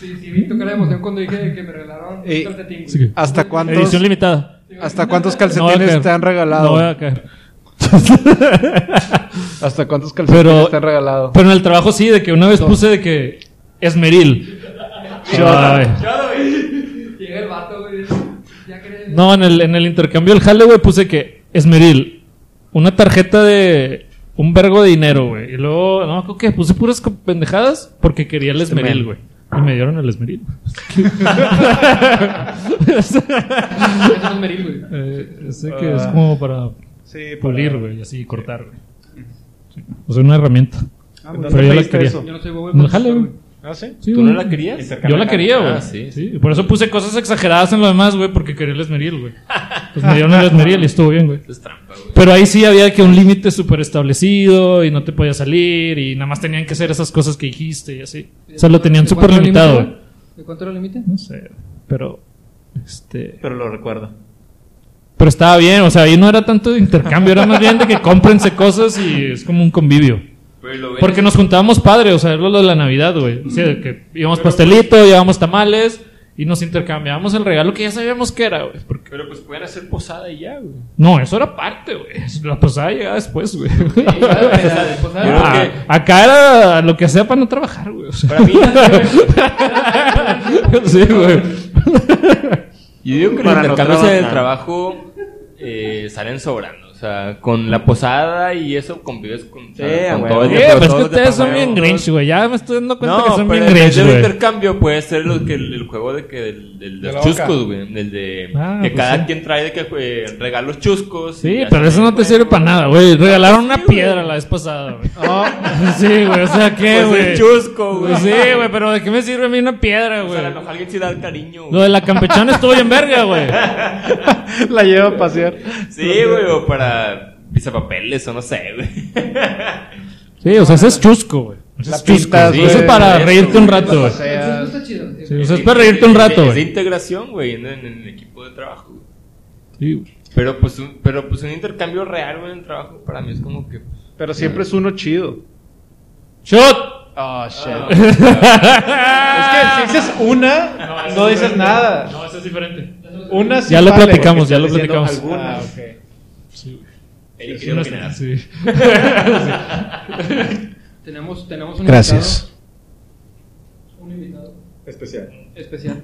Speaker 4: Sí, sí, vi tu cara de emoción cuando dije que me regalaron
Speaker 9: Eh,
Speaker 4: un calcetín.
Speaker 5: Sí.
Speaker 9: ¿Hasta cuántos,
Speaker 5: Edición limitada.
Speaker 9: ¿hasta cuántos
Speaker 5: No voy a
Speaker 9: calcetines
Speaker 5: caer.
Speaker 9: te han
Speaker 5: No
Speaker 9: regalado?
Speaker 5: voy a caer.
Speaker 9: ¿Hasta cuántos calcetines
Speaker 5: Pero-
Speaker 9: te han regalado?
Speaker 5: Pero en el trabajo sí, de que una vez puse de que esmeril. Ay.
Speaker 4: Llega el vato, güey. Ya crees.
Speaker 5: No, en el, en el intercambio del jale, güey, puse que esmeril. Una tarjeta de un vergo de dinero, güey. Y luego, no, creo que puse puras co- pendejadas porque quería el esmeril, güey. Y me dieron el esmeril.
Speaker 4: "Ah, Es un meril, güey.
Speaker 5: Eh, ese que
Speaker 9: Ah.
Speaker 5: es como para
Speaker 9: Sí,
Speaker 5: pulir, güey, y así cortar, güey. Sí. O sea, una herramienta.
Speaker 3: Ah,
Speaker 9: ¿Dónde
Speaker 5: Pero yo la
Speaker 9: pediste
Speaker 5: quería.
Speaker 9: eso?
Speaker 4: Yo no soy huevo.
Speaker 5: En el jale, güey.
Speaker 9: ¿Ah, sí?
Speaker 5: Sí,
Speaker 3: ¿Tú no
Speaker 5: güey.
Speaker 3: la querías?
Speaker 5: Yo la quería, güey.
Speaker 3: Ah, sí.
Speaker 5: Sí, Por eso puse cosas exageradas en lo demás, güey, porque quería el esmeril, güey. Pues me dieron el esmeril y estuvo bien, güey.
Speaker 3: Es trampa, güey.
Speaker 5: Pero ahí sí había que un límite súper establecido y no te podía salir y nada más tenían que hacer esas cosas que dijiste y así. O sea, lo tenían
Speaker 4: ¿De
Speaker 5: súper
Speaker 4: cuánto era el
Speaker 5: limitado,
Speaker 4: límite,
Speaker 5: güey.
Speaker 4: güey? ¿De cuánto era el límite?
Speaker 5: No sé, pero... Este...
Speaker 8: Pero lo recuerdo.
Speaker 5: Pero estaba bien, o sea, ahí no era tanto de intercambio, era más bien de que cómprense cosas y es como un convivio.
Speaker 3: Pero lo ven-
Speaker 5: Porque nos juntábamos padre, o sea, era lo de la Navidad, güey. O sea, de que íbamos pastelito, llevábamos tamales y nos intercambiábamos el regalo que ya sabíamos que era, güey. Porque-
Speaker 3: Pero pues pueden hacer posada y ya, güey.
Speaker 5: No, eso era parte, güey. La posada llegaba después, güey.
Speaker 3: Yo creo
Speaker 5: Ah,
Speaker 3: que-
Speaker 5: acá era lo que hacía para no trabajar, güey. o sea.
Speaker 3: Para mí,
Speaker 5: sí, güey.
Speaker 3: Yo digo que los
Speaker 8: Para no
Speaker 3: intercambios en el
Speaker 8: trabajar.
Speaker 3: trabajo eh, salen sobrando. O sea, con la posada y eso convives con, o sea,
Speaker 8: Sí,
Speaker 3: con
Speaker 8: güey.
Speaker 3: todo el
Speaker 5: Eh,
Speaker 3: día, pero
Speaker 5: pero es que
Speaker 3: todos de
Speaker 5: ustedes son
Speaker 3: tamaño.
Speaker 5: bien grinch, güey. Ya me estoy dando cuenta
Speaker 3: No,
Speaker 5: que son
Speaker 3: pero
Speaker 5: bien
Speaker 3: en vez
Speaker 5: grinch,
Speaker 3: de un
Speaker 5: güey.
Speaker 3: intercambio puede ser lo que el, el juego de que del, del- de los
Speaker 9: De la boca.
Speaker 3: chuscos, güey. Del de
Speaker 5: Ah,
Speaker 3: que
Speaker 5: pues
Speaker 3: cada
Speaker 5: sí.
Speaker 3: quien trae de que eh, regalos chuscos. y
Speaker 5: Sí,
Speaker 3: así,
Speaker 5: pero eso no te
Speaker 3: güey.
Speaker 5: sirve para nada, güey. Regalaron una
Speaker 3: Sí, güey.
Speaker 5: piedra la vez pasada, güey. Sí, güey, o sea, ¿qué,
Speaker 3: Oh. Pues
Speaker 5: güey?
Speaker 3: es chusco, güey.
Speaker 5: Pues sí, güey, pero ¿de qué me sirve a mí una piedra,
Speaker 3: O sea, a
Speaker 5: güey?
Speaker 3: lo mejor alguien sí da el cariño,
Speaker 5: Lo
Speaker 3: güey.
Speaker 5: de la campechana estuvo bien verga, güey.
Speaker 9: La llevo a pasear.
Speaker 3: Sí, güey, o para pisapapeles o no sé, güey.
Speaker 5: Sí, o sea, ese es chusco, güey. Ese
Speaker 9: La
Speaker 5: es chusco.
Speaker 9: pintas,
Speaker 5: sí,
Speaker 9: güey.
Speaker 5: Eso es para
Speaker 3: Eso,
Speaker 5: reírte
Speaker 3: güey.
Speaker 5: un rato, güey.
Speaker 9: Sí.
Speaker 4: Eso no está chido.
Speaker 5: Sí, o sea, es para reírte un rato,
Speaker 3: Es de
Speaker 5: güey.
Speaker 3: integración, güey, en, en el equipo de trabajo. güey.
Speaker 5: Sí, güey.
Speaker 3: Pero pues un, pero pues un intercambio real, güey, en el trabajo para mí es como que... pues,
Speaker 9: Pero siempre es uno chido.
Speaker 5: ¡Shot!
Speaker 9: Oh, shit. Es que si dices una, no, dices nada.
Speaker 5: No, eso es diferente.
Speaker 9: Una sí
Speaker 5: Ya lo
Speaker 9: vale,
Speaker 5: platicamos,
Speaker 9: porque
Speaker 5: ya lo
Speaker 9: estás diciendo
Speaker 5: platicamos.
Speaker 9: alguna.
Speaker 3: Eric,
Speaker 5: Sí,
Speaker 3: ¿qué
Speaker 5: no
Speaker 3: opinas?
Speaker 5: está- sí.
Speaker 4: Tenemos, tenemos un
Speaker 9: Gracias.
Speaker 4: invitado. Un invitado. Especial. Especial.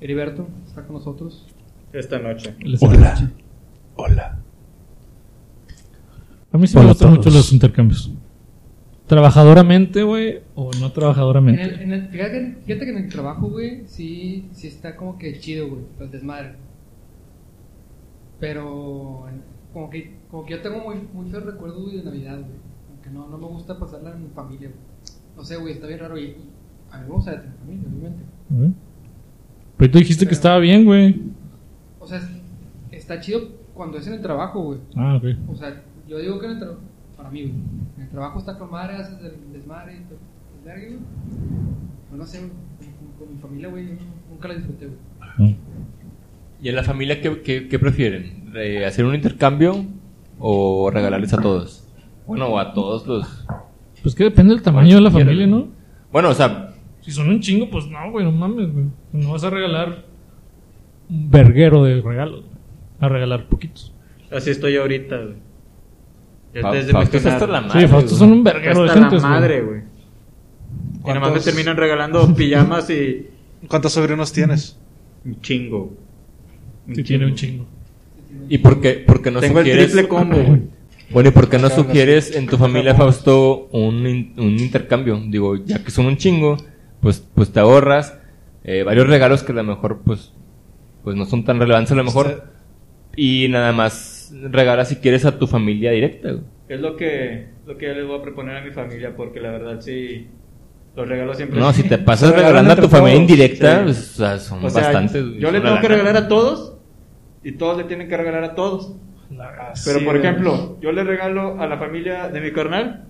Speaker 4: Heriberto está con nosotros.
Speaker 8: Esta noche.
Speaker 5: Les- A mí sí me
Speaker 9: Hola a
Speaker 5: gustan
Speaker 9: todos.
Speaker 5: mucho los intercambios. Trabajadoramente, güey, o no
Speaker 4: En
Speaker 5: trabajadoramente.
Speaker 4: el, en el- fíjate, fíjate que en el trabajo, güey, sí, sí está como que chido, güey, los desmadres. Pero como que, como que yo tengo muy, muy feos recuerdos, güey, de Navidad, güey. Como que no, no me gusta pasarla en mi familia, güey. No sé, güey, está bien raro. Y, y a mí me gusta tener familia, obviamente.
Speaker 5: ¿Eh? Pero tú dijiste que estaba bien, güey.
Speaker 4: O sea, es- está chido cuando es en el trabajo, güey.
Speaker 5: Ah, ok.
Speaker 4: O sea, yo digo que en el trabajo, para mí, güey, en el trabajo está con madre, haces el desmadre, y todo, el vergue, güey. Pero No sé, güey, con, con mi familia, güey, yo nunca la disfruté, güey.
Speaker 5: Mm.
Speaker 3: ¿Y en la familia qué, qué- qué prefieren? Eh, ¿Hacer un intercambio o regalarles a todos? Bueno, o a todos los...
Speaker 5: Pues que depende del tamaño de la familia, ¿no?
Speaker 3: Bueno, o sea,
Speaker 5: Si son un chingo, pues no, güey, no mames, güey. No vas a regalar un verguero de regalos. güey. A regalar poquitos.
Speaker 8: Así estoy ahorita, güey. Ya
Speaker 3: Fa-
Speaker 8: te
Speaker 3: Fausto es hasta la madre.
Speaker 5: sí, Fausto
Speaker 3: güey.
Speaker 5: son un verguero de
Speaker 8: Hasta la
Speaker 5: gente,
Speaker 8: madre, güey. Y nomás me
Speaker 9: ¿Cuántos-
Speaker 8: terminan regalando pijamas y...
Speaker 9: ¿Cuántos sobrinos tienes?
Speaker 8: Un chingo.
Speaker 5: Sí, tiene un chingo.
Speaker 3: ¿Y por qué, por qué no
Speaker 8: Tengo el
Speaker 3: sugieres-
Speaker 8: triple combo, güey.
Speaker 3: Bueno, ¿y por qué no sugieres en tu familia, Fausto, un, in- un intercambio? Digo, ya que son un chingo, pues, pues te ahorras eh, varios regalos que a lo mejor, pues, pues no son tan relevantes a lo mejor.
Speaker 8: Este
Speaker 3: Y nada más regalas si quieres a tu familia directa. güey.
Speaker 8: Es lo que, lo que yo les voy a proponer a mi familia, porque la verdad sí, los regalos siempre...
Speaker 3: No, si te pasas
Speaker 9: Se regalan
Speaker 3: regalando a tu
Speaker 9: entre
Speaker 3: familia
Speaker 9: todos.
Speaker 3: indirecta,
Speaker 8: Sí.
Speaker 3: pues, o sea, son
Speaker 8: O sea,
Speaker 3: bastantes. güey,
Speaker 8: yo
Speaker 3: son
Speaker 8: le
Speaker 3: una
Speaker 8: tengo que
Speaker 3: lana.
Speaker 8: regalar a todos y todos le tienen que regalar a todos. Pero por ejemplo, yo le regalo a la familia de mi carnal,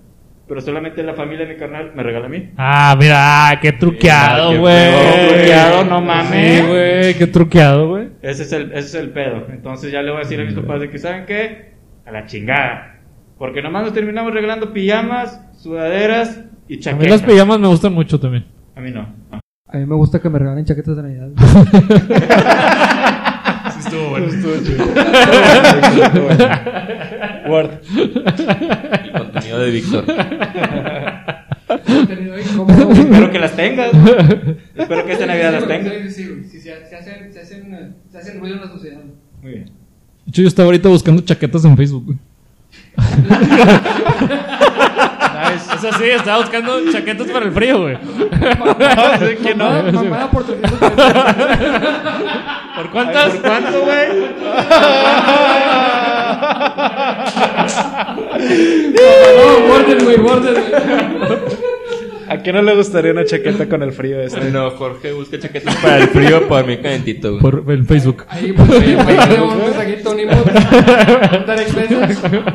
Speaker 8: pero solamente la familia de mi carnal me regala a mí.
Speaker 5: Ah, mira, qué truqueado,
Speaker 3: qué
Speaker 5: güey.
Speaker 8: pedo, truqueado, no mames.
Speaker 5: Sí, güey, qué truqueado, güey.
Speaker 8: Ese es el, ese es el pedo. Entonces ya le voy a decir a mis papás de que saben qué, a la chingada. Porque nomás nos terminamos regalando pijamas, sudaderas y
Speaker 5: A mí las
Speaker 8: chaquetas.
Speaker 5: pijamas me gustan mucho también.
Speaker 8: A mí no.
Speaker 4: A mí me gusta que me regalen chaquetas de Navidad.
Speaker 5: Sí, estuvo bueno.
Speaker 3: El contenido de Víctor.
Speaker 8: Espero que las tengas. Espero que esta Navidad las tengas.
Speaker 4: Sí, sí, sí, se hacen, se hacen, eh, se hacen ruido en la sociedad.
Speaker 8: Muy bien.
Speaker 5: De hecho, yo estaba ahorita buscando chaquetas en Facebook, güey. Eso sí, estaba buscando chaquetas para el frío, güey.
Speaker 4: ¿Quién no? Mamá, oportunidad.
Speaker 5: ¿Por
Speaker 8: Ay,
Speaker 5: cuántas?
Speaker 8: ¿Por cuánto, güey?
Speaker 4: No, borden, güey, borden.
Speaker 9: ¿A quién no le gustaría una chaqueta con el frío este?
Speaker 3: No, Jorge busca chaquetas para el frío, para mí calentito. güey.
Speaker 5: Por en Facebook.
Speaker 4: Ahí, pues, ahí, ahí, un mensajito, un inbox. Un direct message.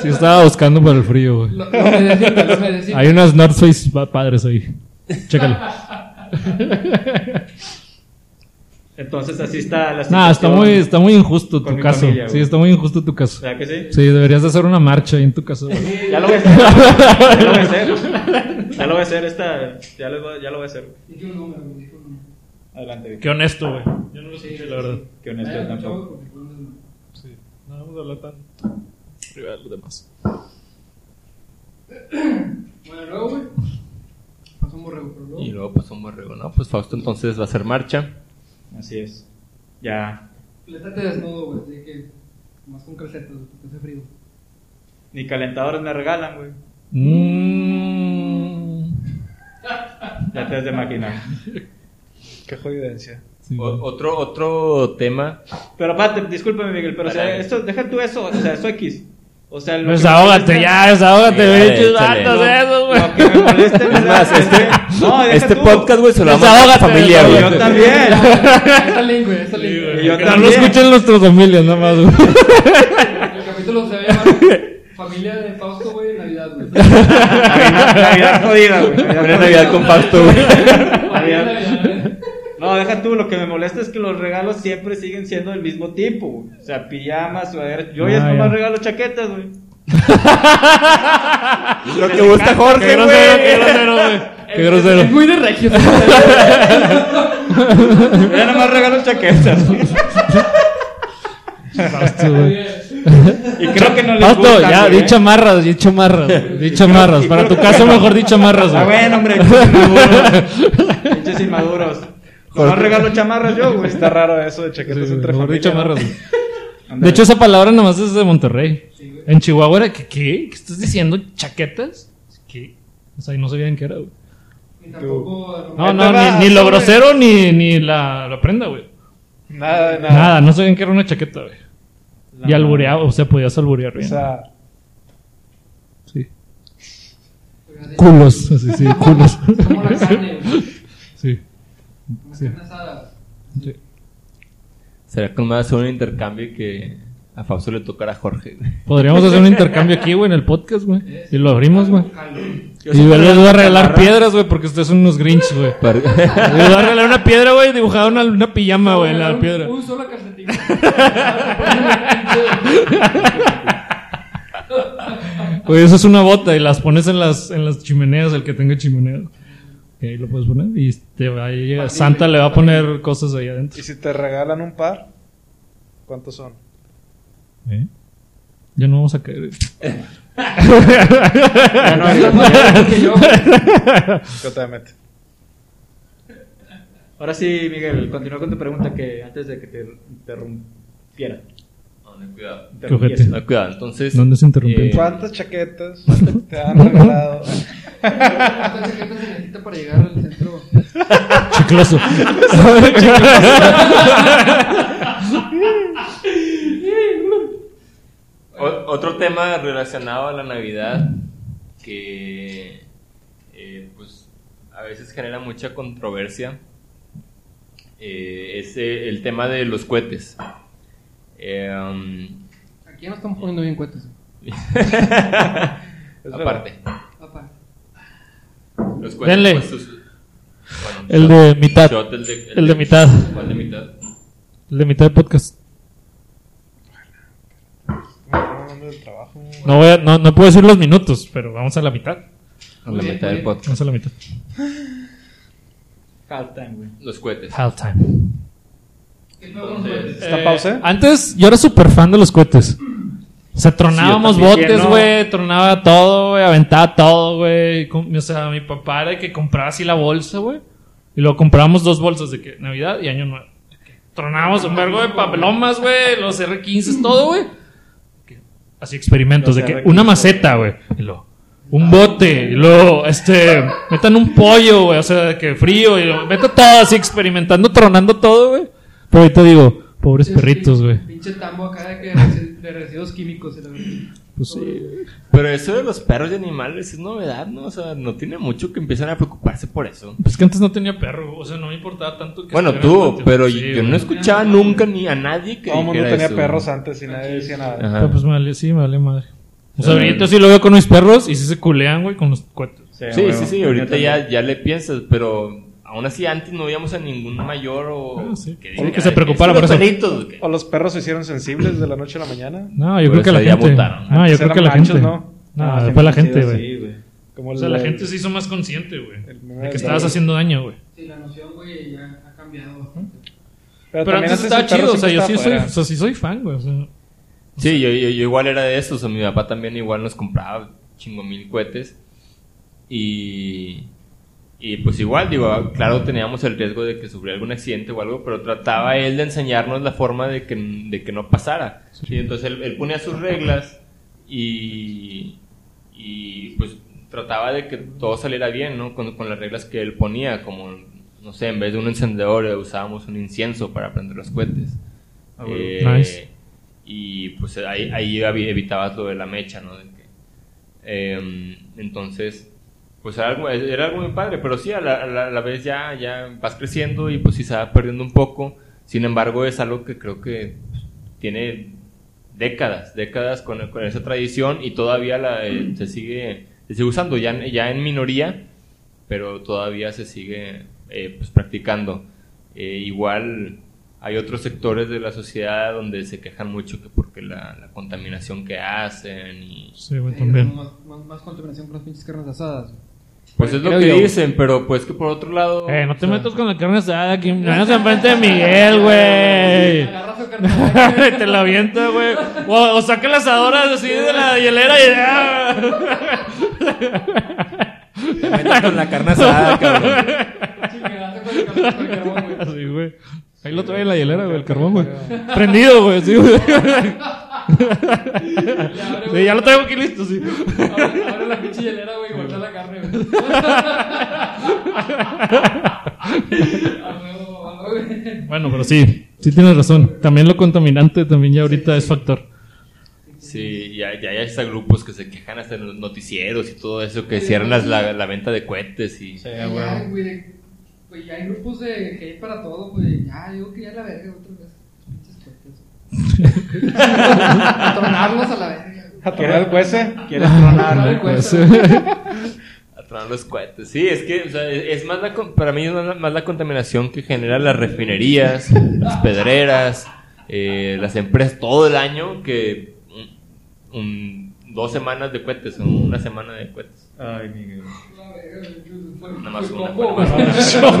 Speaker 5: Sí, estaba buscando para el frío, güey.
Speaker 4: Lo, lo necesito, lo necesito.
Speaker 5: Hay unas North Face pa- padres ahí. Chécalo.
Speaker 8: Entonces así está la situación.
Speaker 5: Nah, está muy, está muy injusto
Speaker 8: Con
Speaker 5: tu
Speaker 8: mi
Speaker 5: caso.
Speaker 8: familia, güey.
Speaker 5: Sí, está muy injusto tu caso.
Speaker 8: ¿Verdad que sí?
Speaker 5: Sí, deberías de hacer una marcha ahí en tu caso. güey.
Speaker 8: Ya lo voy a hacer. Ya lo voy a hacer. Ya lo voy a hacer esta. Ya lo, voy- ya lo voy a hacer.
Speaker 4: Dije un número, güey, dije un número.
Speaker 8: Adelante, Vicky.
Speaker 5: Qué honesto, güey. Yo no lo sé, la verdad.
Speaker 8: Que honesto
Speaker 4: Ay,
Speaker 8: tampoco.
Speaker 4: chavo, porque fue un-
Speaker 5: Sí. No vamos a hablar tan privado de los demás.
Speaker 4: Bueno, luego, güey. Pasó un borrego, pero
Speaker 3: Y
Speaker 4: luego.
Speaker 3: luego pasó un borrego, ¿no? Pues Fausto entonces va a hacer marcha.
Speaker 8: Así es. Ya.
Speaker 4: Plétate desnudo, güey. Así que. Más con calcetas, güey, porque hace frío.
Speaker 8: Ni calentadores me regalan, güey. Ya te has de imaginar.
Speaker 9: Qué jodidencia.
Speaker 3: O- otro, otro tema.
Speaker 8: Pero aparte, discúlpame, Miguel, pero o sea, esto, deja tú eso. O sea, eso X. O sea, lo que me
Speaker 5: Desahógate
Speaker 8: molesta-
Speaker 5: Pues ya, desahógate,
Speaker 3: Sí,
Speaker 5: güey.
Speaker 3: dale,
Speaker 5: Pinches
Speaker 3: échale.
Speaker 5: vatos esos, güey.
Speaker 8: Lo que me molesta
Speaker 3: Es más,
Speaker 8: verdad,
Speaker 3: este,
Speaker 8: que- No, deja
Speaker 3: este
Speaker 8: tú.
Speaker 3: podcast, güey, se lo vamos a dar a la
Speaker 5: Desahógate,
Speaker 3: familia,
Speaker 5: desahógate.
Speaker 8: Yo
Speaker 3: güey.
Speaker 8: también.
Speaker 4: Esa link, Ah, güey. Esa link, güey.
Speaker 8: Y yo
Speaker 5: Que no lo
Speaker 8: también.
Speaker 5: escuchen nuestras familias, nada más, güey.
Speaker 4: El capítulo se va a llamar Familia de Fausto, güey, Navidad, güey.
Speaker 8: Navidad, Navidad jodida, güey.
Speaker 3: Una
Speaker 8: Navidad
Speaker 3: Navidad con Fausto, güey.
Speaker 8: Navidad.
Speaker 4: Navidad. ¿eh?
Speaker 8: No, deja tú, lo que me molesta es que los regalos siempre siguen siendo del mismo tipo. güey. O sea, pijamas, sudaderas. Yo ya
Speaker 5: Ah,
Speaker 8: nomás
Speaker 5: ya.
Speaker 8: regalo chaquetas, güey.
Speaker 3: Lo que gusta
Speaker 5: Qué
Speaker 3: Jorge,
Speaker 5: grosero,
Speaker 3: güey.
Speaker 5: qué grosero, güey. Qué grosero.
Speaker 4: Es muy de regio.
Speaker 8: Yo ya nomás regalo chaquetas. güey.
Speaker 5: Fausto, güey.
Speaker 8: Y creo que no les
Speaker 5: Fausto,
Speaker 8: gustan,
Speaker 5: ya,
Speaker 8: güey,
Speaker 5: di chamarras, di chamarras, güey. di chamarras.
Speaker 8: y
Speaker 5: Para tu
Speaker 8: creo que
Speaker 5: caso,
Speaker 8: no.
Speaker 5: mejor di chamarras,
Speaker 8: Ah,
Speaker 5: güey.
Speaker 8: bueno, hombre, pinches inmaduros. Pinches inmaduros. Nomás regalo chamarras yo, güey.
Speaker 9: Está raro eso de chaquetas
Speaker 5: Sí,
Speaker 9: entre
Speaker 5: mejor di
Speaker 9: familia.
Speaker 5: chamarras. güey.
Speaker 8: Ándale.
Speaker 5: De hecho, esa palabra nomás es de Monterrey. en Chihuahua era, ¿qué, ¿qué? ¿Qué estás diciendo? ¿Chaquetas? ¿Qué? O sea, y no sabían qué era, güey.
Speaker 4: Tampoco.
Speaker 5: No, no, ni, ni lo grosero ni, ni la, la prenda, güey.
Speaker 9: Nada, de nada.
Speaker 5: Nada, no sabían que era una chaqueta, güey. Y albureaba, o sea, podías alburear
Speaker 9: O
Speaker 5: bien.
Speaker 9: sea,
Speaker 5: Sí. Culos, así, sí, culos.
Speaker 4: Como la carne, güey.
Speaker 5: Sí.
Speaker 4: Una carne asada.
Speaker 3: Será que más un intercambio que A Fausto le tocará a Jorge.
Speaker 5: Podríamos hacer un intercambio aquí, güey, en el podcast, güey. Y lo abrimos, güey. Y yo les voy a regalar piedras, güey, porque ustedes son unos grinch, güey.
Speaker 3: Para-
Speaker 5: Les voy a regalar una piedra, güey, dibujada una, una pijama, güey, en la
Speaker 4: un,
Speaker 5: piedra.
Speaker 4: un solo calcetín.
Speaker 5: Güey, eso es una bota y las pones en las, en las chimeneas, el que tenga chimeneas. Y ahí lo puedes poner y te va a llegar- Santa le va a poner cosas ahí adentro.
Speaker 9: Y si te regalan un par, ¿cuántos son?
Speaker 5: ¿Eh? Ya no vamos a caer.
Speaker 6: no hay más que yo.
Speaker 9: Yo te meto.
Speaker 6: Ahora sí, Miguel, continúa con tu pregunta que antes de que te interrumpiera.
Speaker 3: No, no, cuidado.
Speaker 5: Qué ojete.
Speaker 3: No, cuidado. Entonces.
Speaker 5: ¿Dónde se interrumpió?
Speaker 3: eh,
Speaker 9: ¿Cuántas chaquetas te han regalado?
Speaker 4: ¿Cuántas chaquetas se necesita para llegar al centro?
Speaker 5: Chicloso.
Speaker 3: O- otro tema relacionado a la Navidad que eh, pues a veces genera mucha controversia eh, es eh, el tema de los cohetes. Eh, um,
Speaker 4: Aquí ya nos estamos poniendo bien cuentos.
Speaker 3: aparte,
Speaker 4: Papá.
Speaker 3: los cohetes.
Speaker 5: Denle.
Speaker 3: pues, sus- bueno,
Speaker 5: El
Speaker 3: shot-
Speaker 5: de mitad.
Speaker 3: shot, el de,
Speaker 5: El de mitad.
Speaker 3: ¿Cuál de mitad?
Speaker 5: El de mitad de podcast. No, voy a- no, no puedo decir los minutos, pero vamos a la mitad.
Speaker 3: la mitad del podcast.
Speaker 5: Vamos a la mitad.
Speaker 6: Halftime, güey.
Speaker 3: Los cohetes.
Speaker 5: Halftime.
Speaker 3: Entonces,
Speaker 9: ¿Está pausa?
Speaker 5: Eh, Antes yo era súper fan de los cohetes. O sea, tronábamos
Speaker 6: Sí, yo también,
Speaker 5: botes,
Speaker 6: ¿no?
Speaker 5: güey, tronaba todo, güey, aventaba todo, güey. Com- O sea, mi papá era de que compraba así la bolsa, güey. Y luego comprábamos dos bolsas de que Navidad y Año Nuevo. De que Tronábamos un vergo de papelomas, güey, los R15s, todo, güey. Que- Así experimentos, de
Speaker 6: Los
Speaker 5: que
Speaker 6: R15,
Speaker 5: una maceta, güey. Y luego, un
Speaker 3: Ah,
Speaker 5: bote, y luego, este, metan un pollo, güey, o sea, de que frío, y luego, metan todo así experimentando, tronando todo, güey. Pero ahorita digo, pobres perritos, güey.
Speaker 4: Este Pinche tambo acá de, que resi- de residuos químicos. se lo-
Speaker 5: Pues sí.
Speaker 3: pero eso de los perros y animales es novedad, ¿no? O sea, no tiene mucho que empiezan a preocuparse por eso.
Speaker 5: Pues que antes no tenía perro, o sea, no me importaba tanto. Que
Speaker 3: Bueno,
Speaker 5: estuviera en
Speaker 3: tú,
Speaker 5: el patio.
Speaker 3: pero
Speaker 5: Sí,
Speaker 3: yo
Speaker 5: güey.
Speaker 3: no escuchaba nunca ni a nadie que
Speaker 9: Todo el mundo
Speaker 3: dijera
Speaker 9: tenía
Speaker 3: eso.
Speaker 9: perros antes y nadie decía nada.
Speaker 3: Ajá.
Speaker 5: Pero pues me vale, sí, me vale madre. O sea,
Speaker 3: Eh.
Speaker 5: ahorita sí lo veo con mis perros y sí se culean, güey, con los cuates.
Speaker 3: Sí,
Speaker 6: güey.
Speaker 3: sí, sí, ahorita ya, ya le piensas, pero aún así antes no veíamos a ningún mayor o
Speaker 5: Ah, sí.
Speaker 3: diga,
Speaker 5: Que se
Speaker 3: "Ay,
Speaker 5: preocupara
Speaker 3: son los
Speaker 5: por eso".
Speaker 3: perritos, güey.
Speaker 9: ¿O los perros se hicieron sensibles de la noche a la mañana?
Speaker 5: No, yo
Speaker 3: Por
Speaker 5: creo que la
Speaker 3: eso ya
Speaker 5: gente.
Speaker 3: votaron.
Speaker 5: No, yo
Speaker 9: Antes
Speaker 5: creo
Speaker 9: eran
Speaker 5: que la
Speaker 9: machos,
Speaker 5: gente.
Speaker 9: ¿no?
Speaker 5: No,
Speaker 6: Ah,
Speaker 5: después la
Speaker 6: siempre
Speaker 5: gente,
Speaker 6: ha
Speaker 5: güey.
Speaker 6: sido así, güey.
Speaker 9: Como
Speaker 5: O sea, la
Speaker 9: el-
Speaker 5: gente se hizo más consciente, güey.
Speaker 9: el meme
Speaker 5: De que
Speaker 9: del-
Speaker 5: estabas haciendo daño, güey.
Speaker 4: Sí, la noción, güey, ya ha cambiado bastante.
Speaker 9: Pero,
Speaker 5: Pero
Speaker 9: también
Speaker 5: antes
Speaker 9: ese
Speaker 5: estaba
Speaker 9: perro
Speaker 5: chido, o sea, yo
Speaker 9: siempre
Speaker 5: sí soy,
Speaker 9: está
Speaker 5: o sea, sí soy fan, güey. O sea,
Speaker 3: Sí, yo, yo- yo igual era de esos, o mi papá también igual nos compraba chingo mil cohetes y, y pues igual, digo, claro teníamos el riesgo de que sufriera algún accidente o algo, pero trataba él de enseñarnos la forma de que, de que no pasara. Y entonces él, él ponía sus reglas y, y pues trataba de que todo saliera bien, ¿no? Con, con las reglas que él ponía, como, no sé, en vez de un encendedor eh, usábamos un incienso para prender los cohetes. Eh,
Speaker 5: Nice.
Speaker 3: Y pues ahí, ahí evi- evitabas lo de la mecha, ¿no? De que, eh, entonces, pues era algo, era algo muy padre, pero sí, a la, a la- a la vez ya, ya vas creciendo y pues sí se va perdiendo un poco. Sin embargo, es algo que creo que pues, tiene décadas, décadas con, con esa tradición y todavía la, eh, se, sigue, se sigue usando, ya, en- ya en minoría, pero todavía se sigue eh, pues, practicando. Eh, igual hay otros sectores de la sociedad donde se quejan mucho que porque la, la contaminación que hacen y
Speaker 5: sí, güey,
Speaker 4: Sí,
Speaker 5: también.
Speaker 4: Más, más, más contaminación con las pinches carnes asadas. güey.
Speaker 3: pues es lo
Speaker 4: Creo
Speaker 3: que
Speaker 4: yo.
Speaker 3: dicen, pero pues que por otro lado
Speaker 5: Eh, no
Speaker 3: o
Speaker 5: te
Speaker 3: sea,
Speaker 5: metas con la carne asada, que no vayas enfrente de Miguel, güey.
Speaker 4: Agarra su carne asada.
Speaker 5: te la avienta, güey. O, o saca las asadoras así de la hielera y ya.
Speaker 3: te metes con la carne asada, cabrón.
Speaker 4: Chingadazo con el carbón, con el carbón, güey.
Speaker 5: Así, güey. Ahí lo trae en la hielera, güey, el carbón, güey. Prendido, güey, sí, güey. Sí, ya lo traigo aquí listo, sí.
Speaker 4: Abre abre la pinche hielera, güey, y guarda la carne, güey. A huevo, a huevo, güey.
Speaker 5: Bueno, pero sí, sí tienes razón. También lo contaminante también ya ahorita es factor.
Speaker 3: Sí, ya, ya hay hasta grupos que se quejan hasta en los noticieros y todo eso, que cierran las- la, la venta de cohetes y...
Speaker 4: Ya, güey, Pues ya hay grupos de que hay para todo, güey. Ya, yo que ya la verga otra vez. Pinches cuentos. A tronarlos a la vez.
Speaker 9: ¿A tomar el cuece?
Speaker 6: ¿Quieres tronar?
Speaker 4: No,
Speaker 5: Pues,
Speaker 3: A tronar los cohetes. Sí, es que o sea, e, es es más la, con- para mí es más la, más la contaminación que generan las refinerías, las pedreras, eh, las empresas todo el año que un- un- dos semanas de cohetes o una semana de cohetes.
Speaker 9: Ay, Miguel.
Speaker 3: Nada más
Speaker 9: Pues
Speaker 3: una.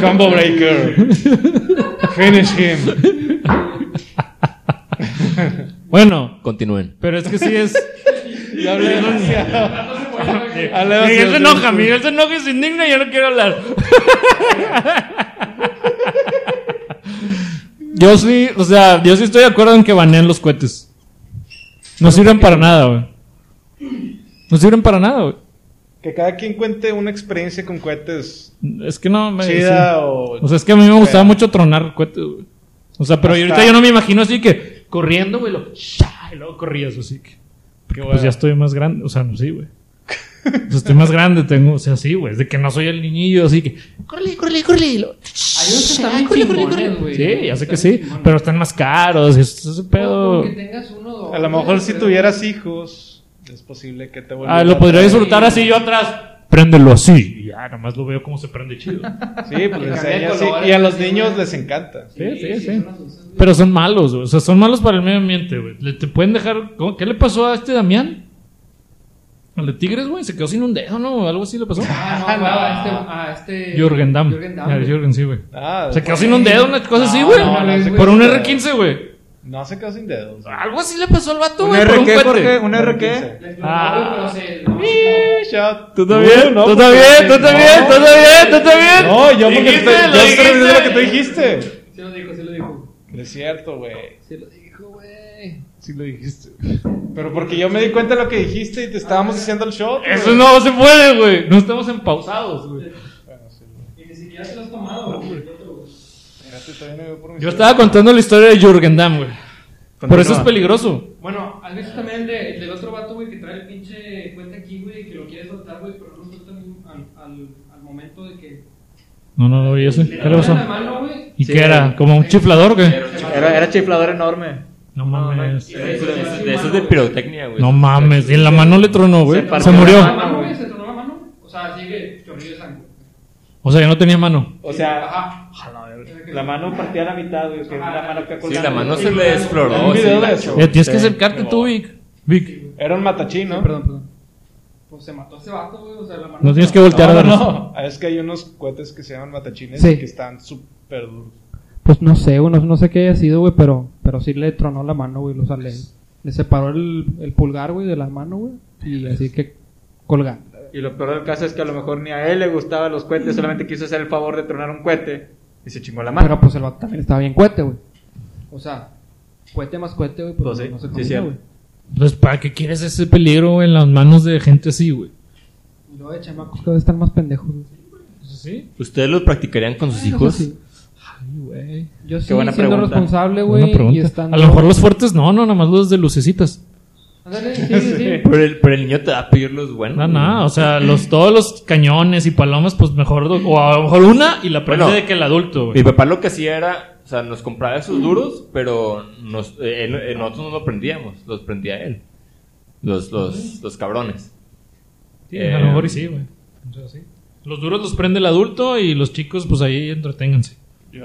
Speaker 9: Combo Breaker. Finish him.
Speaker 5: bueno,
Speaker 3: Continúen.
Speaker 5: pero es que sí es. Ya hablé
Speaker 9: Miguel
Speaker 5: Miguel
Speaker 9: se
Speaker 5: se enoja, Miguel se enoja y se indigna y yo no quiero hablar. Yo sí, o sea, yo sí estoy de acuerdo en que baneen los cohetes. No sirven para nada, güey. No sirven para nada, güey.
Speaker 9: Que cada quien cuente una experiencia con cohetes
Speaker 5: Es que no me.
Speaker 9: chida
Speaker 5: sí.
Speaker 9: o...
Speaker 5: O sea, es que a mí me gustaba mucho tronar cohetes, güey. O sea, pero
Speaker 9: Hasta-
Speaker 5: ahorita yo no me imagino así que corriendo, güey, lo. ¡sha! Y luego corrías, así que.
Speaker 9: Qué
Speaker 5: Pues
Speaker 9: bueno.
Speaker 5: ya estoy más grande, o sea, no, sí, güey. O sea, estoy más grande, tengo, o sea, sí, güey. Es de que no soy el niñillo, así que. ¡Corre, corre, corre! y lo-
Speaker 4: Hay unos que están bien chingones, güey.
Speaker 5: Sí, ya sé
Speaker 4: Están
Speaker 5: que sí,
Speaker 4: chingones.
Speaker 5: pero están más caros. Eso es un
Speaker 4: Como
Speaker 5: pedo.
Speaker 4: que tengas uno o dos,
Speaker 9: A lo mejor
Speaker 4: güey,
Speaker 9: si
Speaker 4: pero-
Speaker 9: tuvieras hijos, es posible que te
Speaker 5: Ah,
Speaker 9: vuelvas...
Speaker 5: lo podría
Speaker 9: atrás.
Speaker 5: disfrutar así yo atrás. Préndelo así. Y ya, nada más lo veo cómo se prende chido.
Speaker 9: Sí, pues les
Speaker 4: cambia de
Speaker 9: enseñas así.
Speaker 4: colores,
Speaker 9: Y a los
Speaker 4: así,
Speaker 9: niños
Speaker 4: güey.
Speaker 9: les encanta.
Speaker 5: Sí, sí, sí.
Speaker 4: son las dulces, güey.
Speaker 5: Pero son malos, güey. O sea, son malos para el medio ambiente, güey. Le- Te pueden dejar. ¿cómo? ¿Qué le pasó a este Damián? Al de Tigres, güey. Se quedó sin un dedo, ¿no? Algo así le pasó.
Speaker 4: Ah, no, güey, a este. A este
Speaker 5: Jürgen Damm.
Speaker 4: Jürgen Damm,
Speaker 5: Ah,
Speaker 4: güey.
Speaker 5: Jürgen, sí, güey.
Speaker 9: Ah,
Speaker 5: Se quedó sin un dedo, una cosa así,
Speaker 9: No,
Speaker 5: güey.
Speaker 9: no, no, se
Speaker 5: por
Speaker 9: quedó
Speaker 5: un
Speaker 9: sin
Speaker 5: R15, güey.
Speaker 9: no se quedó sin dedos. güey.
Speaker 5: Algo así le pasó al vato,
Speaker 6: ¿Un
Speaker 5: güey. Por un
Speaker 6: RQ,
Speaker 5: cohete.
Speaker 6: Jorge? ¿Un
Speaker 9: quince.
Speaker 6: RQ?
Speaker 4: Les
Speaker 5: Ah.
Speaker 4: dio un golpe, pero
Speaker 9: Sí, shot.
Speaker 5: ¿Tú también?
Speaker 9: No,
Speaker 5: ¿Tú
Speaker 9: pues,
Speaker 5: también? ¿Tú
Speaker 9: no.
Speaker 5: también? ¿Tú también? ¿Tú también?
Speaker 9: No, yo porque
Speaker 5: Dijiste,
Speaker 9: estoy, yo
Speaker 5: lo
Speaker 9: estoy diciendo
Speaker 5: dijiste.
Speaker 9: lo que tú dijiste.
Speaker 4: se- Se lo dijo, se lo dijo.
Speaker 9: Es cierto, güey.
Speaker 4: Se lo dijo, güey.
Speaker 9: Sí lo dijiste. Pero porque yo me di cuenta de lo que dijiste y te
Speaker 4: Ah.
Speaker 9: estábamos diciendo el shot. güey.
Speaker 5: Eso no se puede, güey. No estamos empausados, güey.
Speaker 4: Y ni siquiera se lo has tomado, güey.
Speaker 9: Fíjate, este todavía no veo por mi
Speaker 5: Yo
Speaker 9: celular.
Speaker 5: estaba contando la historia de Jürgen Damm, güey. Por eso es
Speaker 6: Continúa.
Speaker 5: peligroso.
Speaker 4: Bueno, ¿has visto también el, de- el del otro vato, güey, que trae el pinche cuenta aquí, güey, que lo quiere soltar, güey, pero no lo suelta ni- al, al, al momento de que...
Speaker 5: No, no lo vi ese.
Speaker 4: Le
Speaker 5: ¿Qué le
Speaker 4: doblan
Speaker 5: pasó?
Speaker 4: la mano, güey.
Speaker 5: ¿Y
Speaker 6: Sí,
Speaker 5: qué era?
Speaker 6: güey.
Speaker 5: ¿Como un chiflador, güey?
Speaker 6: Era, era chiflador enorme.
Speaker 5: No mames.
Speaker 3: Eso es de pirotecnia, güey.
Speaker 5: No mames. Y en la mano le tronó, güey. Se
Speaker 6: partió
Speaker 4: La
Speaker 6: la
Speaker 5: murió.
Speaker 4: mano, güey, se tronó la mano. O sea, así que chorrillo de sangre.
Speaker 5: O sea, ya no tenía mano.
Speaker 6: O sea,
Speaker 4: Ajá.
Speaker 6: la mano partía a la mitad, güey. Que es la mano que
Speaker 3: Sí, la mano se le
Speaker 9: Hay
Speaker 3: desfloró.
Speaker 9: un
Speaker 3: sí,
Speaker 9: video de
Speaker 3: gacho.
Speaker 9: eso.
Speaker 5: Eh, tienes que
Speaker 6: Sí,
Speaker 5: acercarte tú, Vic. Vic.
Speaker 9: Era un matachín, ¿no?
Speaker 4: Perdón, perdón. Pues se mató ese vato, güey, o sea, la mano...
Speaker 5: No tienes que voltear a
Speaker 9: No, no,
Speaker 5: vernos.
Speaker 9: no. Ah, Es que hay unos cohetes que se llaman matachines
Speaker 4: Sí.
Speaker 9: que están súper duros.
Speaker 4: Pues no sé, güey, no, no sé qué haya sido, güey, pero, pero sí le tronó la mano, güey, o sea, le, le separó el, el pulgar, güey, de la mano, güey, y así que colgando.
Speaker 6: Y lo peor del caso es que a lo mejor ni a él le gustaban los cohetes, solamente quiso hacer el favor de tronar un cohete y se chingó la mano.
Speaker 4: Pero pues el vato también estaba bien cohete, güey. O sea, cohete más cohete, güey, pues,
Speaker 6: Pues sí,
Speaker 4: no se
Speaker 6: sí,
Speaker 4: combina,
Speaker 6: cierto.
Speaker 4: güey.
Speaker 5: Pues, ¿para qué quieres ese peligro güey, en las manos de gente así, güey?
Speaker 4: Y luego de chamacos cada vez están más pendejos, güey. Pues
Speaker 5: ¿Sí?
Speaker 3: ¿Ustedes lo practicarían con sus
Speaker 4: O sea,
Speaker 3: hijos?
Speaker 4: sí.
Speaker 5: Ay, güey.
Speaker 4: Yo sí,
Speaker 6: buena
Speaker 4: siendo
Speaker 6: pregunta.
Speaker 4: responsable,
Speaker 5: Buena
Speaker 4: güey, y
Speaker 5: pregunta.
Speaker 4: estando...
Speaker 5: A lo mejor los fuertes no, no, nada más los de lucecitas.
Speaker 4: Ándale, sí, sí, sí.
Speaker 3: Pero el, pero el niño te va a pedir los buenos.
Speaker 5: No,
Speaker 3: güey.
Speaker 5: no, o sea, los, todos los cañones y palomas, pues mejor, do- o a lo mejor una y la prende
Speaker 3: Bueno.
Speaker 5: de que el adulto,
Speaker 3: Mi
Speaker 5: güey.
Speaker 3: papá lo que hacía era, o sea, nos compraba esos duros, pero nos, eh, él- eh, nosotros no los prendíamos, los prendía él. Los, los, los cabrones.
Speaker 5: Sí, a lo mejor y sí, güey. Entonces, Eh, sí. Los duros los prende el adulto y los chicos, pues ahí entreténganse.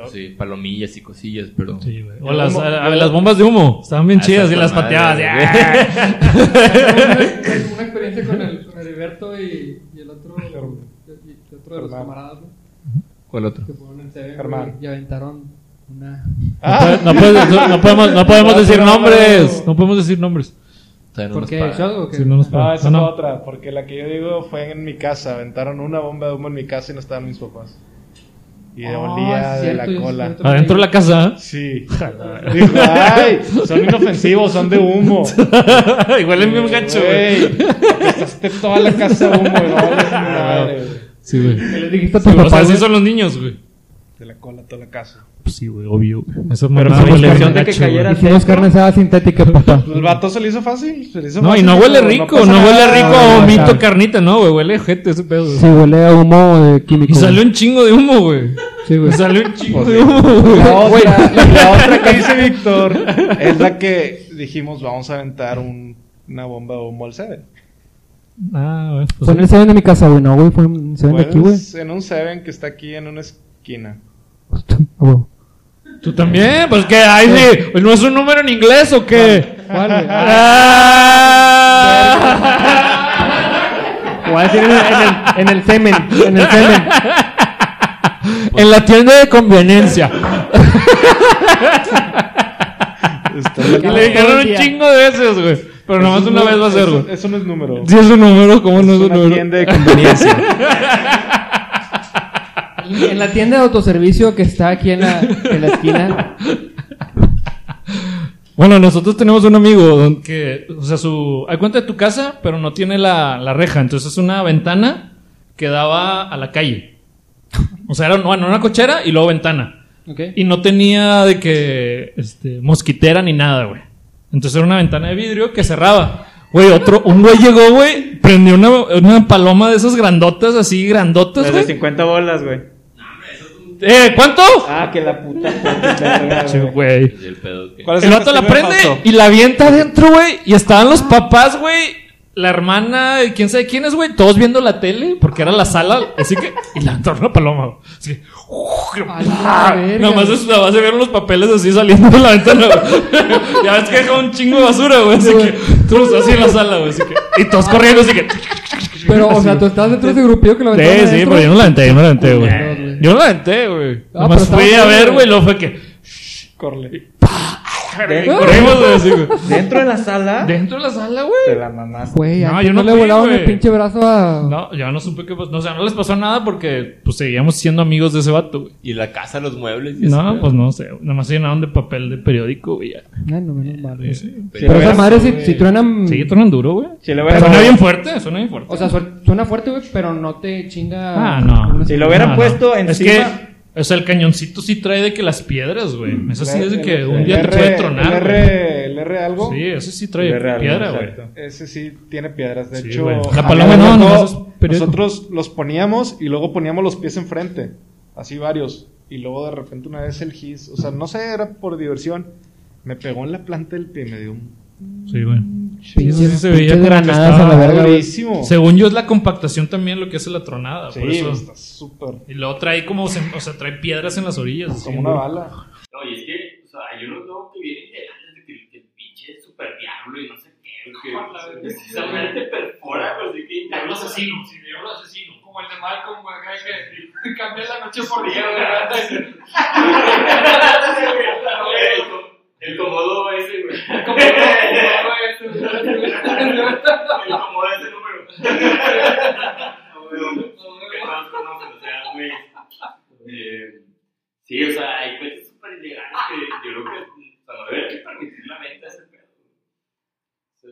Speaker 3: Sí, palomillas y cosillas, pero...
Speaker 5: Sí, güey. O las, a- a- las bombas de humo, estaban bien
Speaker 3: Ah,
Speaker 5: chidas y
Speaker 3: esas
Speaker 5: las
Speaker 3: con
Speaker 5: pateabas.
Speaker 3: madre,
Speaker 5: ya.
Speaker 4: una, una experiencia con, el, con Heriberto y, y el otro, y, y otro de los
Speaker 9: Germán.
Speaker 4: camaradas, güey,
Speaker 3: ¿Cuál otro?
Speaker 4: que fueron en TV,
Speaker 9: Germán.
Speaker 4: y aventaron una...
Speaker 5: No, puede- no, no podemos, no podemos decir nombres, no podemos decir nombres.
Speaker 3: Todavía no
Speaker 4: ¿Por
Speaker 3: nos
Speaker 4: qué?
Speaker 3: pagan.
Speaker 4: ¿Shot o qué?
Speaker 5: Si no nos
Speaker 9: No,
Speaker 5: pagan.
Speaker 9: Ah, esa
Speaker 5: No,
Speaker 9: es
Speaker 5: no.
Speaker 9: otra, porque la que yo digo fue en mi casa. Aventaron una bomba de humo en mi casa y no estaban mis papás. Y
Speaker 4: Ah,
Speaker 9: olía
Speaker 4: es
Speaker 9: de la
Speaker 4: cierto, yo
Speaker 9: cola.
Speaker 4: siento-
Speaker 5: Adentro de la casa.
Speaker 9: Sí. Dijo, ay, son inofensivos, son de humo.
Speaker 5: ¿eh? Igual es mi gancho, güey.
Speaker 9: Güey, apestaste toda la casa de humo, güey. no vales madre, güey.
Speaker 5: Sí, güey.
Speaker 4: ¿Qué les dijiste a
Speaker 5: Sí,
Speaker 4: tus
Speaker 5: o sea,
Speaker 4: papás,
Speaker 5: así
Speaker 4: güey?
Speaker 5: son los niños, güey.
Speaker 9: de la cola a toda la casa.
Speaker 5: Pues sí, güey, obvio. Esa
Speaker 8: Pero
Speaker 5: mamada
Speaker 8: por la
Speaker 5: huele
Speaker 8: intención
Speaker 5: bien
Speaker 8: de que
Speaker 5: gacho, güey.
Speaker 8: cayera-
Speaker 4: Hicimos carne asada sintética, papá.
Speaker 9: Pues el vato se le hizo fácil, se le hizo
Speaker 5: No, y
Speaker 9: fácil,
Speaker 5: no huele
Speaker 9: pero
Speaker 5: rico,
Speaker 9: pasa
Speaker 5: no
Speaker 9: nada.
Speaker 5: huele rico a
Speaker 4: no,
Speaker 5: vomito
Speaker 4: no.
Speaker 5: carnita, no, güey, huele gente ese pedo. güey.
Speaker 4: Sí, huele a humo de químico.
Speaker 5: Y sale un chingo de humo, güey.
Speaker 4: Sí, güey.
Speaker 5: Sale un chingo de humo, güey.
Speaker 9: La otra, la otra que dice Víctor es la que dijimos vamos a aventar un- una bomba de humo al Seven.
Speaker 5: Ah, güey. pues
Speaker 4: Fue en el
Speaker 5: sí.
Speaker 4: 7 de mi casa, güey. No, güey, fue en el 7 de
Speaker 9: Fue
Speaker 4: aquí, güey.
Speaker 9: Pues, en un Seven que está aquí en una esquina.
Speaker 4: A huevo.
Speaker 5: ¿Tú también? Pues que, ay, sí. Pues no es un número en inglés o qué.
Speaker 4: ¿Cuál, güey?
Speaker 5: Ah.
Speaker 4: Voy a decir en el, en el, en el semen. En el semen.
Speaker 5: En la tienda de conveniencia. Y le dijeron un chingo de veces, güey. Pero nomás una vez va a ser, güey.
Speaker 9: Eso no es número.
Speaker 5: Si es un número, ¿cómo no es
Speaker 9: es
Speaker 5: un
Speaker 9: una
Speaker 5: número?
Speaker 9: tienda de conveniencia.
Speaker 4: En la tienda de autoservicio que está aquí en la, en la esquina.
Speaker 5: Bueno, nosotros tenemos un amigo don- que, o sea, su. Hay cuenta de tu casa, pero no tiene la, la reja. Entonces es una ventana que daba a la calle. O sea, era bueno, una cochera y luego ventana.
Speaker 4: Ok.
Speaker 5: Y no tenía de que. Este, mosquitera ni nada, güey. Entonces era una ventana de vidrio que cerraba. Güey, otro. Un güey llegó, güey. Prendió una, una paloma de esas grandotas, así grandotas,
Speaker 8: Las de
Speaker 5: pues, güey.
Speaker 8: 50 bolas, güey.
Speaker 5: ¿Eh? ¿Cuánto?
Speaker 8: Ah, que la puta. verga,
Speaker 5: Che,
Speaker 8: güey.
Speaker 5: güey.
Speaker 10: Y el pedo que...
Speaker 9: ¿Cuál es
Speaker 5: El vato la
Speaker 9: castigo de
Speaker 5: prende
Speaker 9: Fausto?
Speaker 5: y la avienta adentro, güey. Y estaban los papás, güey. La hermana, y quién sabe quién es, güey. Todos viendo la tele, porque era la sala. Así que. Y la entró una paloma, güey. Así que. ¡uf!
Speaker 4: A Ah, la verga,
Speaker 5: Nada más
Speaker 4: güey.
Speaker 5: es- nada más se vieron los papeles así saliendo de la ventana, güey. ya ves que dejó un chingo de basura, güey. Así que. Todos así en la sala, güey. Así que. Y todos corriendo, así que.
Speaker 4: Pero, o sea, tú estabas dentro de ese grupillo que lo
Speaker 5: Sí,
Speaker 4: aventaron
Speaker 5: sí,
Speaker 4: adentro?
Speaker 5: pero yo no la aventé, yo no la aventé, güey.
Speaker 4: Culeros, güey.
Speaker 5: Yo no la aventé, güey.
Speaker 4: Ah,
Speaker 5: Nada
Speaker 4: pero
Speaker 5: más
Speaker 4: estaba
Speaker 5: fui a
Speaker 4: bien,
Speaker 5: ver,
Speaker 4: güey.
Speaker 5: güey, luego fue que.
Speaker 9: Corle.
Speaker 5: y
Speaker 4: Ah.
Speaker 5: Corrimos, güey, así, güey.
Speaker 8: Dentro de la sala.
Speaker 5: Dentro de la sala, güey.
Speaker 9: Te la mamás.
Speaker 4: Güey,
Speaker 5: No,
Speaker 4: no,
Speaker 5: yo
Speaker 4: no,
Speaker 5: no
Speaker 4: le
Speaker 5: fui,
Speaker 4: volaron
Speaker 5: güey.
Speaker 4: el pinche brazo a.
Speaker 5: No, yo no supe qué pasó. No, o sea, no les pasó nada porque pues seguíamos siendo amigos de ese vato, güey.
Speaker 10: Y la casa, los muebles. y ese
Speaker 5: No,
Speaker 10: pedo.
Speaker 5: pues no sé. Nada más se llenaron de papel de periódico, güey. ya.
Speaker 4: Ay, no menos mal. güey.
Speaker 10: Pero
Speaker 4: Pero esa
Speaker 9: Vergazo,
Speaker 4: madre, si, si truenan.
Speaker 5: Sí, tronan duro, güey.
Speaker 8: Si lo
Speaker 5: Suena
Speaker 8: hubieran,
Speaker 5: bien fuerte, suena bien fuerte.
Speaker 4: o sea, suer- suena fuerte, güey, pero no te chinga.
Speaker 5: Ah, no.
Speaker 8: si lo hubieran
Speaker 5: No, no.
Speaker 8: puesto
Speaker 5: Es
Speaker 8: encima.
Speaker 5: que... O sea, el cañoncito sí trae de que las piedras, güey. Eso sí es de que un día
Speaker 9: El
Speaker 5: te puede
Speaker 9: R,
Speaker 5: tronar.
Speaker 9: el
Speaker 5: güey.
Speaker 9: R, el R algo.
Speaker 5: Sí, eso sí trae
Speaker 8: El R algo,
Speaker 5: piedra, güey.
Speaker 8: exacto.
Speaker 9: Ese sí tiene piedras. De
Speaker 5: Sí,
Speaker 9: hecho,
Speaker 5: güey. La
Speaker 4: Ah,
Speaker 9: había
Speaker 5: paloma no,
Speaker 9: uno-
Speaker 5: nomás es periódico.
Speaker 9: nosotros los poníamos y luego poníamos los pies enfrente, así varios. Y luego de repente una vez el gis, o sea, no sé, era por diversión, me pegó en la planta del pie, me dio un
Speaker 5: Sí, güey. Sí,
Speaker 4: Pinches-
Speaker 5: eso sí se veía
Speaker 4: pinches
Speaker 5: como que
Speaker 4: granadas a
Speaker 5: estaba-
Speaker 4: la verga, güey.
Speaker 9: durísimo.
Speaker 5: Según yo es la compactación también lo que hace la tronada.
Speaker 9: Sí, pues.
Speaker 5: por eso.
Speaker 9: está súper,
Speaker 5: Y luego trae como, se- o sea, trae piedras en las orillas. así,
Speaker 9: como una
Speaker 5: güey.
Speaker 9: bala.
Speaker 3: No, y es que, o sea, hay unos luego que vienen de alas de que, que el pinche es super diablo y no sé qué. Que, que esa madre te perfora, pero sí que.
Speaker 11: Era un asesino, sí, era un asesino, como el de Malcolm, güey, acá que cambié la noche por día, güey, ¿verdad?
Speaker 3: El comodo ese, güey. El
Speaker 11: Como, güey,
Speaker 3: comodo ese número. No, qué tanto, no, pero, o sea, güey. eh, Sí, o sea, hay cosas súper ilegales que yo creo que o sea, no debería que permitir la venta de ese pedo. O sea,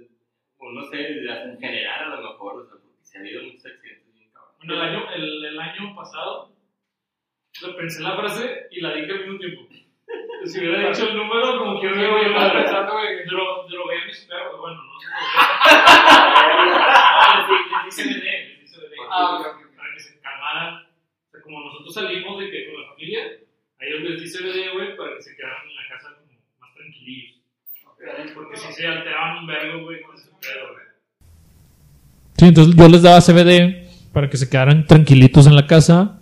Speaker 3: o no sé, en general a lo mejor, o sea, porque se han habido muchos accidentes bien cabrones.
Speaker 11: Bueno, el año, el, el año pasado, o sea, pensé la frase y la dije al mismo tiempo. Si hubiera dicho el número, como que yo digo, yo estaba pensando, güey, dro, drogué a mis perros, bueno, no sé. Ah, les di- les di CBD, les di CBD.
Speaker 3: Ah, ok,
Speaker 11: Para que se calmaran. O sea, como nosotros salimos de que con la familia, a ellos les di CBD, güey, para que se quedaran en la casa como más tranquilillos. Porque si se alteraban un vergo, güey, con ese pedo, güey.
Speaker 5: Sí, entonces yo les daba CBD para que se quedaran tranquilitos en la casa.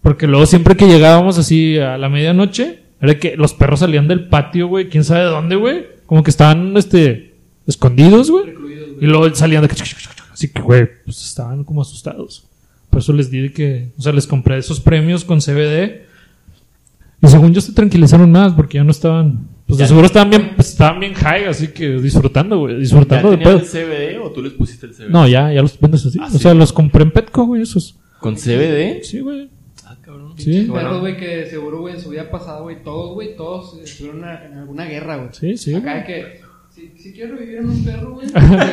Speaker 5: Porque luego siempre que llegábamos así a la medianoche, era que los perros salían del patio, güey, quién sabe de dónde, güey. Como que estaban, este, escondidos, güey. Y luego salían de que... Así que, güey, pues estaban como asustados. Por eso les di de que... O sea, les compré esos premios con CBD. Y según yo se tranquilizaron más porque ya no estaban... Pues de seguro estaban bien, pues, estaban bien high, así que disfrutando, güey.
Speaker 10: ¿Ya
Speaker 5: Disfrutando de
Speaker 10: tenían
Speaker 5: pedo.
Speaker 10: el CBD o tú les pusiste el CBD?
Speaker 5: No, ya, ya los vendes así.
Speaker 10: Ah,
Speaker 5: o
Speaker 10: sí.
Speaker 5: sea, los compré en Petco, güey, esos.
Speaker 10: ¿Con CBD?
Speaker 5: Sí, güey.
Speaker 10: Ah, cabrón.
Speaker 5: Sí.
Speaker 4: Perros, güey, que seguro, güey, en su vida pasada, güey, todos, güey, todos estuvieron en alguna guerra, güey.
Speaker 5: Sí, sí.
Speaker 4: Acá de que Si, si quiero vivir en un perro, güey.
Speaker 5: Ay,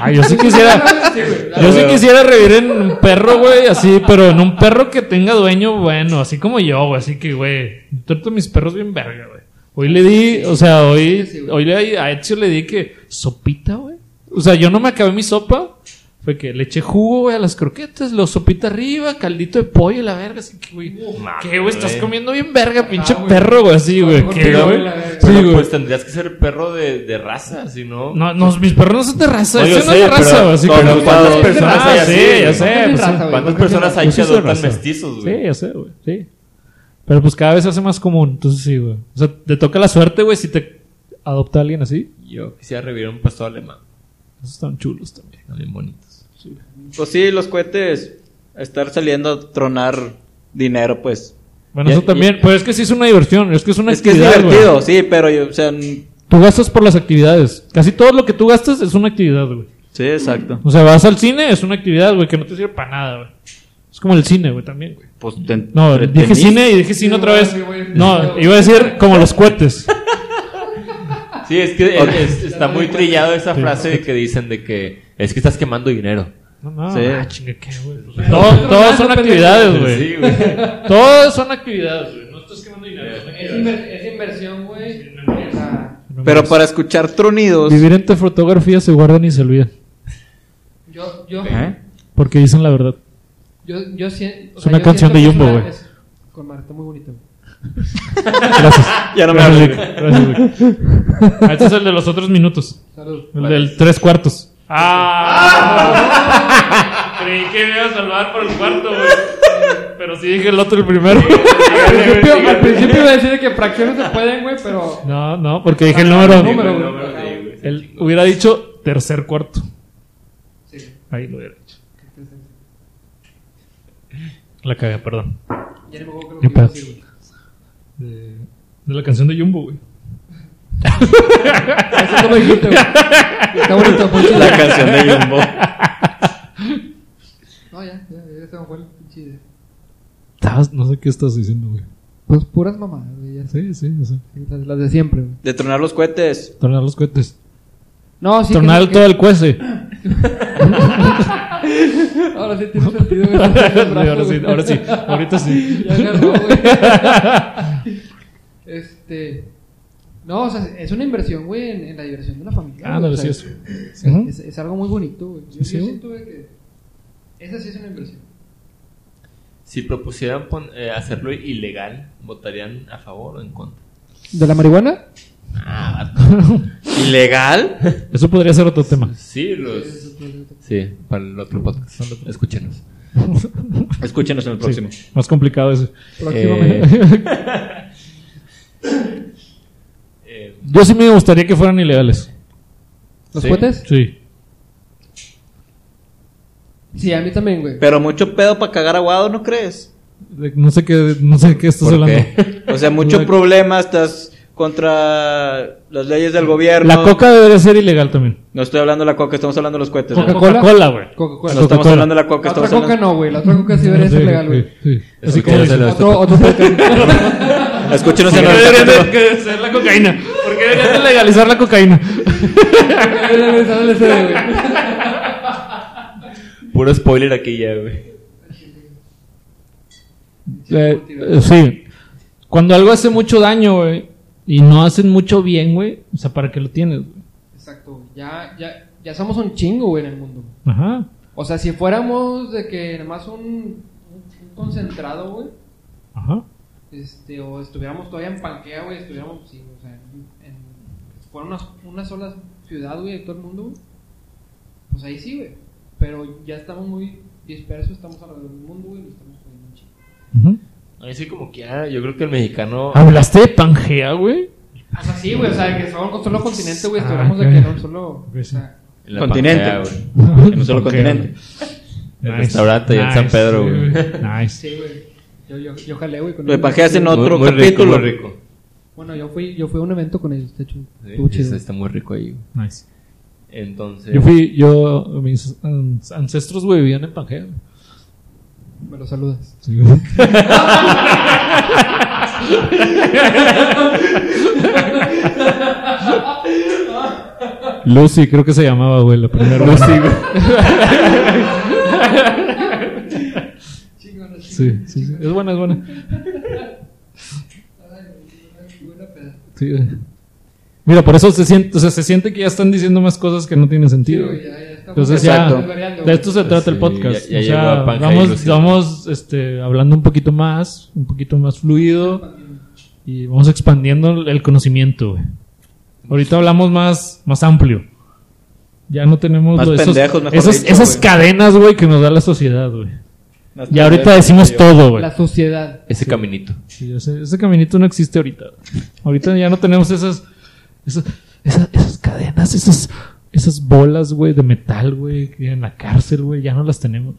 Speaker 5: Ah, yo sí quisiera.
Speaker 4: Sí, güey, la
Speaker 5: Yo sí
Speaker 4: verdad.
Speaker 5: quisiera revivir en un perro, güey, así, pero en un perro que tenga dueño bueno, así como yo, güey. Así que, güey, yo trato a mis perros bien verga, güey. Hoy le di, o sea, hoy,
Speaker 4: Sí, sí, güey.
Speaker 5: hoy le, a Ezio le di que sopita, güey. O sea, yo no me acabé mi sopa. Fue que le eché jugo, güey, a las croquetas, lo sopita arriba, caldito de pollo y la verga. Así que, güey, ¿qué, güey? Estás
Speaker 3: güey.
Speaker 5: comiendo bien verga, pinche
Speaker 4: Ah, güey.
Speaker 5: perro, güey, así,
Speaker 4: A lo
Speaker 5: güey.
Speaker 4: mejor
Speaker 5: ¿Qué,
Speaker 4: pero,
Speaker 5: güey?
Speaker 4: güey, la verga.
Speaker 5: Sí,
Speaker 3: Pero,
Speaker 5: güey.
Speaker 3: pues tendrías que ser perro de, de raza, si no.
Speaker 5: No, no, mis perros no son de raza,
Speaker 3: No, yo
Speaker 5: ese no es
Speaker 3: sé,
Speaker 5: de raza,
Speaker 3: pero-
Speaker 5: güey. Así
Speaker 3: pero
Speaker 5: como-
Speaker 3: ¿cuántas
Speaker 5: Ah,
Speaker 3: personas hay así,
Speaker 5: Sí,
Speaker 3: güey?
Speaker 5: ya sé.
Speaker 4: ¿Cuántas
Speaker 5: pues,
Speaker 4: raza, güey?
Speaker 3: ¿Cuántas
Speaker 4: ¿Cuántas
Speaker 3: personas hay
Speaker 5: Pues
Speaker 3: que
Speaker 5: sí, soy
Speaker 3: adoptan
Speaker 5: raza.
Speaker 3: mestizos, güey?
Speaker 5: Sí, ya sé, güey. Sí. Pero pues cada vez se hace más común, entonces sí, güey. O sea, te toca la suerte, güey, si te adopta alguien así.
Speaker 3: Yo quisiera revivir un pastor alemán.
Speaker 5: Esos están chulos también.
Speaker 3: Están bien bonitos.
Speaker 6: Pues sí, los cohetes. Estar saliendo a tronar dinero, pues.
Speaker 5: Bueno,
Speaker 6: Ya-
Speaker 5: eso también.
Speaker 6: ya-
Speaker 5: Pero es que sí es una diversión, es que es una
Speaker 6: Es que es
Speaker 5: güey.
Speaker 6: divertido, sí, pero yo, o sea, n-
Speaker 5: Tú gastas por las actividades. Casi todo lo que tú gastas es una actividad, güey.
Speaker 6: sí, exacto.
Speaker 5: O sea, vas al cine, es una actividad, güey, que no te sirve para nada, güey. Es como el cine, güey, también, güey.
Speaker 6: Pues te
Speaker 5: No, dije
Speaker 6: entretenís.
Speaker 5: cine y dije cine
Speaker 4: Sí,
Speaker 5: otra
Speaker 4: güey,
Speaker 5: vez.
Speaker 4: sí, güey.
Speaker 5: No, iba a decir como los cohetes.
Speaker 3: Sí, es que
Speaker 6: Ok.
Speaker 3: es- es- está muy trillado esa frase de que dicen de que es que estás quemando dinero.
Speaker 5: No, no,
Speaker 6: Sí.
Speaker 5: ah, chinga, ¿qué, güey? Todo- todas son actividades, güey.
Speaker 3: Sí, güey.
Speaker 5: Todas son actividades, güey. No estás quemando dinero. son
Speaker 4: Es,
Speaker 5: actividades.
Speaker 4: inver- es inversión, güey. O sea,
Speaker 6: Pero para escuchar tronidos.
Speaker 5: Vivir entre fotografía se guardan y se olvidan.
Speaker 4: yo, yo,
Speaker 6: ¿Eh?
Speaker 5: Porque dicen la verdad.
Speaker 4: yo, yo siento.
Speaker 5: Es una canción de Jumbo, güey.
Speaker 4: Con Marta, muy bonito. güey.
Speaker 5: Gracias.
Speaker 6: Ya no me
Speaker 5: Gracias,
Speaker 6: hables.
Speaker 5: Vic. Gracias, Vic. Ah, Este es el de los otros minutos.
Speaker 4: Salud.
Speaker 5: El del tres cuartos. ¡Ah! Creí que me iba a salvar por el cuarto, güey. Pero sí dije el otro, el primero.
Speaker 4: Al principio, al principio iba a decir que fracciones se pueden, güey, pero.
Speaker 5: No, no, porque dije el número.
Speaker 4: Número, güey.
Speaker 5: Él hubiera dicho tercer cuarto.
Speaker 4: Sí,
Speaker 5: Ahí lo hubiera dicho.
Speaker 4: sí, sí.
Speaker 5: La cagué, perdón.
Speaker 4: Ya no me acuerdo qué
Speaker 5: Qué
Speaker 4: iba a
Speaker 5: pedo.
Speaker 4: decir, güey.
Speaker 5: De, de la canción de Jumbo, güey.
Speaker 4: Eso tú lo dijiste, güey. Está bonito, ponche
Speaker 6: La canción de Jumbo.
Speaker 4: No, ya, ya, ya se me fue el pinche idea.
Speaker 5: Estabas- no sé qué estás diciendo, güey.
Speaker 4: Pues puras mamadas, güey, ya sé.
Speaker 5: Sí, sí, o sea.
Speaker 4: Las, las de siempre, güey.
Speaker 6: De tronar los cohetes.
Speaker 5: Tornar los cohetes.
Speaker 4: No, sí.
Speaker 5: Tornar
Speaker 4: que- que-
Speaker 5: todo el cuece.
Speaker 4: Ahora sí tiene sentido, güey.
Speaker 5: ahora sí, ahora sí. Ahorita sí.
Speaker 4: Ya agarró, güey. Este. No, o sea, es una inversión, güey, en, en la diversión de la familia.
Speaker 5: Ah,
Speaker 4: güey,
Speaker 5: no,
Speaker 4: o
Speaker 5: sí
Speaker 4: sea,
Speaker 5: es.
Speaker 4: es,
Speaker 5: Ujú.
Speaker 4: es- es algo muy bonito, güey. Yo,
Speaker 5: Sí, sí,
Speaker 4: yo
Speaker 5: güey.
Speaker 4: siento, güey, que. Esa sí es una inversión.
Speaker 3: Si propusieran pon- eh, hacerlo ilegal, ¿votarían a favor o en contra?
Speaker 4: ¿De la marihuana?
Speaker 3: Ah,
Speaker 6: ¿Ilegal?
Speaker 5: Eso podría ser otro tema.
Speaker 3: sí, los. Sí, para el otro podcast. Escúchenos.
Speaker 6: Escúchenos en el próximo.
Speaker 5: Sí, más complicado eso.
Speaker 4: Próximamente.
Speaker 3: Eh,
Speaker 5: Yo sí me gustaría que fueran ilegales.
Speaker 4: ¿Los
Speaker 3: sí.
Speaker 4: cohetes?
Speaker 5: Sí.
Speaker 4: Sí, a mí también, güey.
Speaker 6: Pero mucho pedo para cagar aguado, ¿no crees?
Speaker 5: De- No sé qué, no sé de qué estás
Speaker 3: ¿Por
Speaker 5: hablando.
Speaker 3: qué?
Speaker 6: O sea,
Speaker 5: La-
Speaker 6: mucho problema, estás contra las leyes del gobierno.
Speaker 5: La coca debería ser ilegal también.
Speaker 6: No estoy hablando de la coca, estamos hablando de los cohetes. ¿no?
Speaker 4: Coca-Cola.
Speaker 5: Coca-Cola, güey.
Speaker 4: Coca-Cola.
Speaker 6: No estamos
Speaker 5: Coca-Cola.
Speaker 6: hablando de la coca,
Speaker 4: La otra
Speaker 6: estamos
Speaker 4: coca
Speaker 6: hablando...
Speaker 4: no, güey. La otra coca sí debería ser
Speaker 5: Sí,
Speaker 4: legal, güey.
Speaker 5: sí, sí.
Speaker 3: Eso
Speaker 5: Así como
Speaker 3: quiero
Speaker 5: dice.
Speaker 4: Otro,
Speaker 3: hacerlo.
Speaker 4: otro
Speaker 6: Escúchenos en
Speaker 5: ¿Por
Speaker 6: el
Speaker 5: qué deberían
Speaker 6: capítulo.
Speaker 5: de ser la cocaína? ¿Por qué deberían de legalizar la cocaína?
Speaker 3: Puro spoiler aquí ya, güey.
Speaker 5: Eh, eh, sí. Cuando algo hace mucho daño, güey, y no hacen mucho bien, güey, o sea, ¿para qué lo tienes? güey?
Speaker 4: Exacto. Ya, ya, ya somos un chingo, güey, en el mundo.
Speaker 5: Ajá.
Speaker 4: O sea, si fuéramos de que nada más un, un concentrado, güey,
Speaker 5: Ajá.
Speaker 4: este, o estuviéramos todavía en Panquea, güey, estuviéramos, sí, o sea, en, en- si fuera una, una sola ciudad, güey, de todo el mundo, güey, pues ahí sí, güey. Pero ya estamos muy dispersos, estamos alrededor del mundo, güey, y estamos poniendo un chingo.
Speaker 5: Ujú.
Speaker 3: Ahí sí, como quiera. Yo creo que el mexicano.
Speaker 5: ¿Hablaste de Pangea, güey?
Speaker 4: O sea, sí, güey, o sea, que somos un solo continente, güey,
Speaker 5: Ah,
Speaker 4: estuviéramos de
Speaker 5: ok.
Speaker 4: que en un solo. O
Speaker 5: Ok, sí.
Speaker 4: sea,
Speaker 3: en la
Speaker 6: Continente.
Speaker 3: Pangea, güey.
Speaker 6: En un solo continente.
Speaker 5: El
Speaker 3: restaurante allá en San Pedro, güey.
Speaker 5: Nice.
Speaker 4: sí, güey. Yo, yo, yo jalé, güey, con
Speaker 6: Lo de
Speaker 4: ellos.
Speaker 6: Pangea es en otro
Speaker 3: muy, muy
Speaker 6: capítulo.
Speaker 3: Rico, muy rico.
Speaker 4: Bueno, yo fui, yo fui a un evento con ellos, de hecho.
Speaker 3: Sí,
Speaker 4: estuvo chido.
Speaker 3: está- está muy rico ahí, güey.
Speaker 5: Nice.
Speaker 3: Entonces.
Speaker 5: Yo fui, yo, mis an- ancestros, güey, vivían en Pangea. güey.
Speaker 4: Me lo saludas.
Speaker 5: Sí, güey. Lucy, creo que se llamaba, güey, la primera. Lucy, Sí, sí, sí. Es buena, es buena. Sí, güey. Mira, por eso se siente, o sea, se siente que ya están diciendo más cosas que no tienen sentido. güey. Entonces ya,
Speaker 12: Exacto.
Speaker 5: de esto se trata el
Speaker 3: Sí,
Speaker 5: podcast.
Speaker 3: ya- ya
Speaker 5: O sea,
Speaker 3: llegó a Panja y
Speaker 5: vamos,
Speaker 3: Lucía.
Speaker 5: vamos, este, hablando un poquito más, un poquito más fluido y vamos expandiendo el conocimiento. güey. Ahorita hablamos más, más amplio. Ya no tenemos
Speaker 6: Más
Speaker 5: lo- esos-
Speaker 6: pendejos, mejor
Speaker 5: esas,
Speaker 6: dicho,
Speaker 5: esas
Speaker 6: güey.
Speaker 5: cadenas, güey, que nos da la sociedad, güey.
Speaker 6: Las
Speaker 5: Y ahorita
Speaker 6: primeras-
Speaker 5: decimos todo, güey.
Speaker 4: La sociedad.
Speaker 3: Ese caminito.
Speaker 5: Sí, ese, ese caminito no existe ahorita. Ahorita ya no tenemos esas, esas, esas, esas cadenas, esas, esas bolas, güey, de metal, güey, que en la cárcel, güey, ya no las tenemos.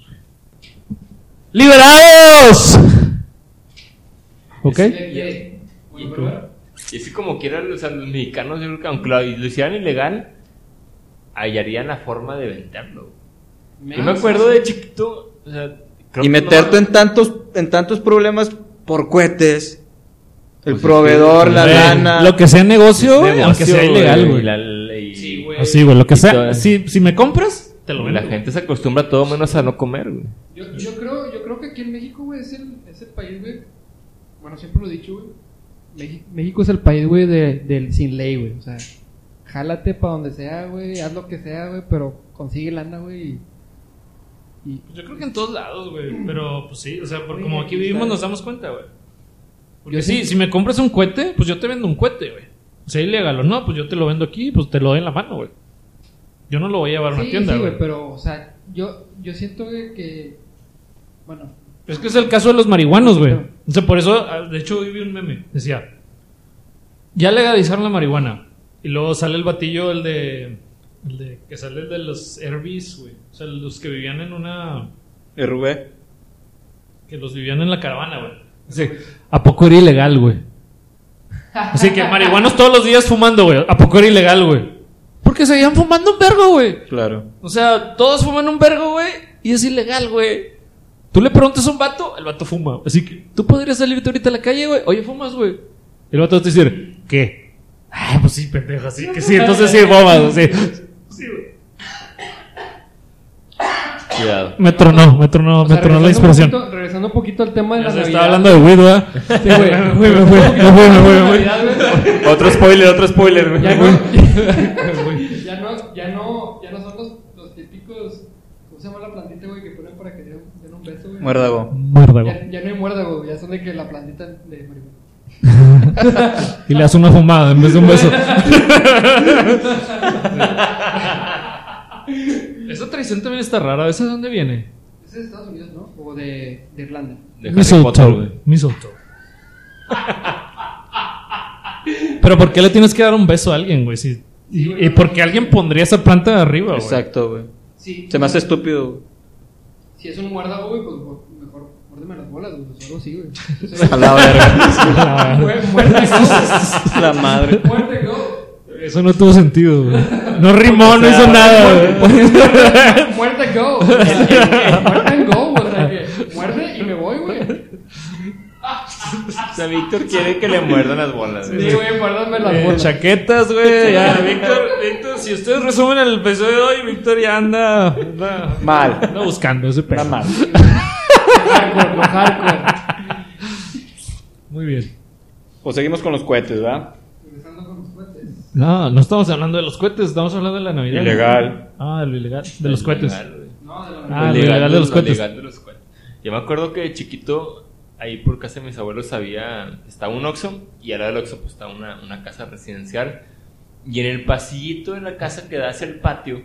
Speaker 5: ¡Liberados! ¿Ok?
Speaker 4: Eh,
Speaker 3: Y así como quieran, o sea, los mexicanos, yo creo que aunque lo, lo hicieran ilegal, hallarían la forma de venderlo. Yo me acuerdo de chiquito, o sea, creo
Speaker 6: Y
Speaker 3: que
Speaker 6: meterte
Speaker 3: no-
Speaker 6: en tantos, en tantos problemas por cohetes.
Speaker 3: Pues
Speaker 6: El
Speaker 3: es que-
Speaker 6: proveedor, la
Speaker 5: Güey,
Speaker 6: lana.
Speaker 5: Lo que sea negocio, güey, aunque sea ilegal,
Speaker 3: y
Speaker 5: güey.
Speaker 3: la ley-
Speaker 5: Así, güey, lo que
Speaker 3: Y
Speaker 5: sea.
Speaker 3: toda-
Speaker 5: Si, si me compras, te lo
Speaker 3: La,
Speaker 5: vendo.
Speaker 3: gente se acostumbra a todo menos a no comer, güey.
Speaker 4: Yo, yo, creo, yo creo que aquí en México, güey, es el, es el país, güey. Bueno, siempre lo he dicho, güey. Meji- México es el país, güey, de- del sin ley, güey. O sea, jálate para donde sea, güey. Haz lo que sea, güey, pero consigue lana, güey. y- y-
Speaker 5: Yo creo que en todos lados, güey. Pero, pues sí, o sea, por
Speaker 4: Mm. Oye,
Speaker 5: como aquí
Speaker 4: ¿sabes?
Speaker 5: vivimos nos damos cuenta, güey. Porque
Speaker 4: Yo
Speaker 5: sí,
Speaker 4: sí-
Speaker 5: si me compras un cohete, pues yo te vendo un cohete, güey. Sea ilegal o no, pues yo te lo vendo aquí, pues te lo doy en la mano, güey. Yo no lo voy a llevar a una
Speaker 4: sí,
Speaker 5: tienda,
Speaker 4: sí,
Speaker 5: güey.
Speaker 4: güey, pero, o sea, yo, yo siento güey, que. Bueno,
Speaker 5: Es que es el caso de los marihuanos, güey.
Speaker 4: Claro.
Speaker 5: O sea, por eso, ah, de hecho, hoy vi un meme. Decía, ya legalizaron la marihuana. Y luego sale el batillo, el de... El de que sale el de los Airbnbs, güey. O sea, los que vivían en una...
Speaker 6: El Rubé.
Speaker 5: que los vivían en la caravana, güey. Así, ¿a poco era ilegal, güey? Así que marihuanos todos los días fumando, güey. ¿A poco era ilegal, güey? Porque seguían fumando un vergo, güey.
Speaker 6: Claro.
Speaker 5: O sea, todos fuman un vergo, güey, y es ilegal, güey. Tú le preguntas a un vato, el vato fuma. Así que tú podrías salirte ahorita a la calle, güey. Oye, fumas, güey. El vato te dice, ¿qué? Ah, pues sí, pendejo, sí, que sí, entonces sí, fumas, sí.
Speaker 3: Cuidado.
Speaker 5: Me tronó, me tronó,
Speaker 4: o
Speaker 5: me
Speaker 4: sea, regresando
Speaker 5: tronó la
Speaker 4: un
Speaker 5: inspiración.
Speaker 4: poquito- regresando un poquito al tema de
Speaker 5: Ya
Speaker 4: la
Speaker 5: se
Speaker 4: Navidad.
Speaker 5: estaba hablando de weed, ¿verdad?
Speaker 4: Sí, güey.
Speaker 5: Me fui, me fui, me fui, me fui, me fui.
Speaker 3: otro spoiler, otro spoiler, güey.
Speaker 4: Ya no, ya no, ya no, ya no son los, los típicos. ¿Cómo se llama la plantita, güey? Que ponen para que den, den un beso, güey.
Speaker 6: Muérdago.
Speaker 5: Muérdago.
Speaker 4: Ya, ya no hay muérdago, güey, ya son de que la plantita de marihuana.
Speaker 5: Y le das una fumada en vez de un beso. Esa traición también está rara. ¿Esa de dónde viene?
Speaker 4: Es de Estados Unidos, ¿no? O de, de Irlanda.
Speaker 3: De Harry Potter, güey.
Speaker 5: Mistletoe. Pero ¿por qué le tienes que dar un beso a alguien, güey? Si- y, y por qué alguien pondría esa planta de arriba, güey?
Speaker 6: Exacto, güey.
Speaker 4: Sí,
Speaker 6: Se me hace estúpido. güey.
Speaker 4: Si es un muérdago, güey, pues bo- mejor muérdeme las bolas, güey, o algo así, güey.
Speaker 6: A la verga.
Speaker 4: Mue- muerte,
Speaker 6: la madre.
Speaker 4: go. Muerte, go.
Speaker 5: Eso no tuvo sentido, güey. No rimó, no hizo nada, güey.
Speaker 4: Muerte, go. Muerte and go, o sea que muerde y me voy, güey.
Speaker 3: O sea, Víctor quiere que le muerdan las bolas, güey.
Speaker 4: Sí, güey, muérdame las
Speaker 5: Eh,
Speaker 4: bolas.
Speaker 5: chaquetas, güey. Ya, Víctor, Víctor, si ustedes resumen el episodio de hoy, Víctor ya anda, anda
Speaker 6: Mal.
Speaker 5: anda buscando ese pedo.
Speaker 6: mal.
Speaker 4: Hardcore, lo hardcore.
Speaker 5: Muy bien.
Speaker 6: Pues seguimos con los cohetes, ¿verdad?
Speaker 4: Regresando con los cohetes.
Speaker 5: No, no estamos hablando de los cohetes, estamos hablando de la Navidad.
Speaker 6: Ilegal.
Speaker 5: Ah, de lo ilegal. De los cohetes.
Speaker 3: Ilegal, güey.
Speaker 4: No, de la
Speaker 5: Ah, lo ilegal de los
Speaker 3: lo
Speaker 5: cohetes.
Speaker 3: legal de los cohetes. Yo me acuerdo que de chiquito, ahí por casa de mis abuelos había, estaba un Oxxo y al lado del Oxxo pues, estaba una, una casa residencial. Y en el pasillito de la casa que da hacia el patio,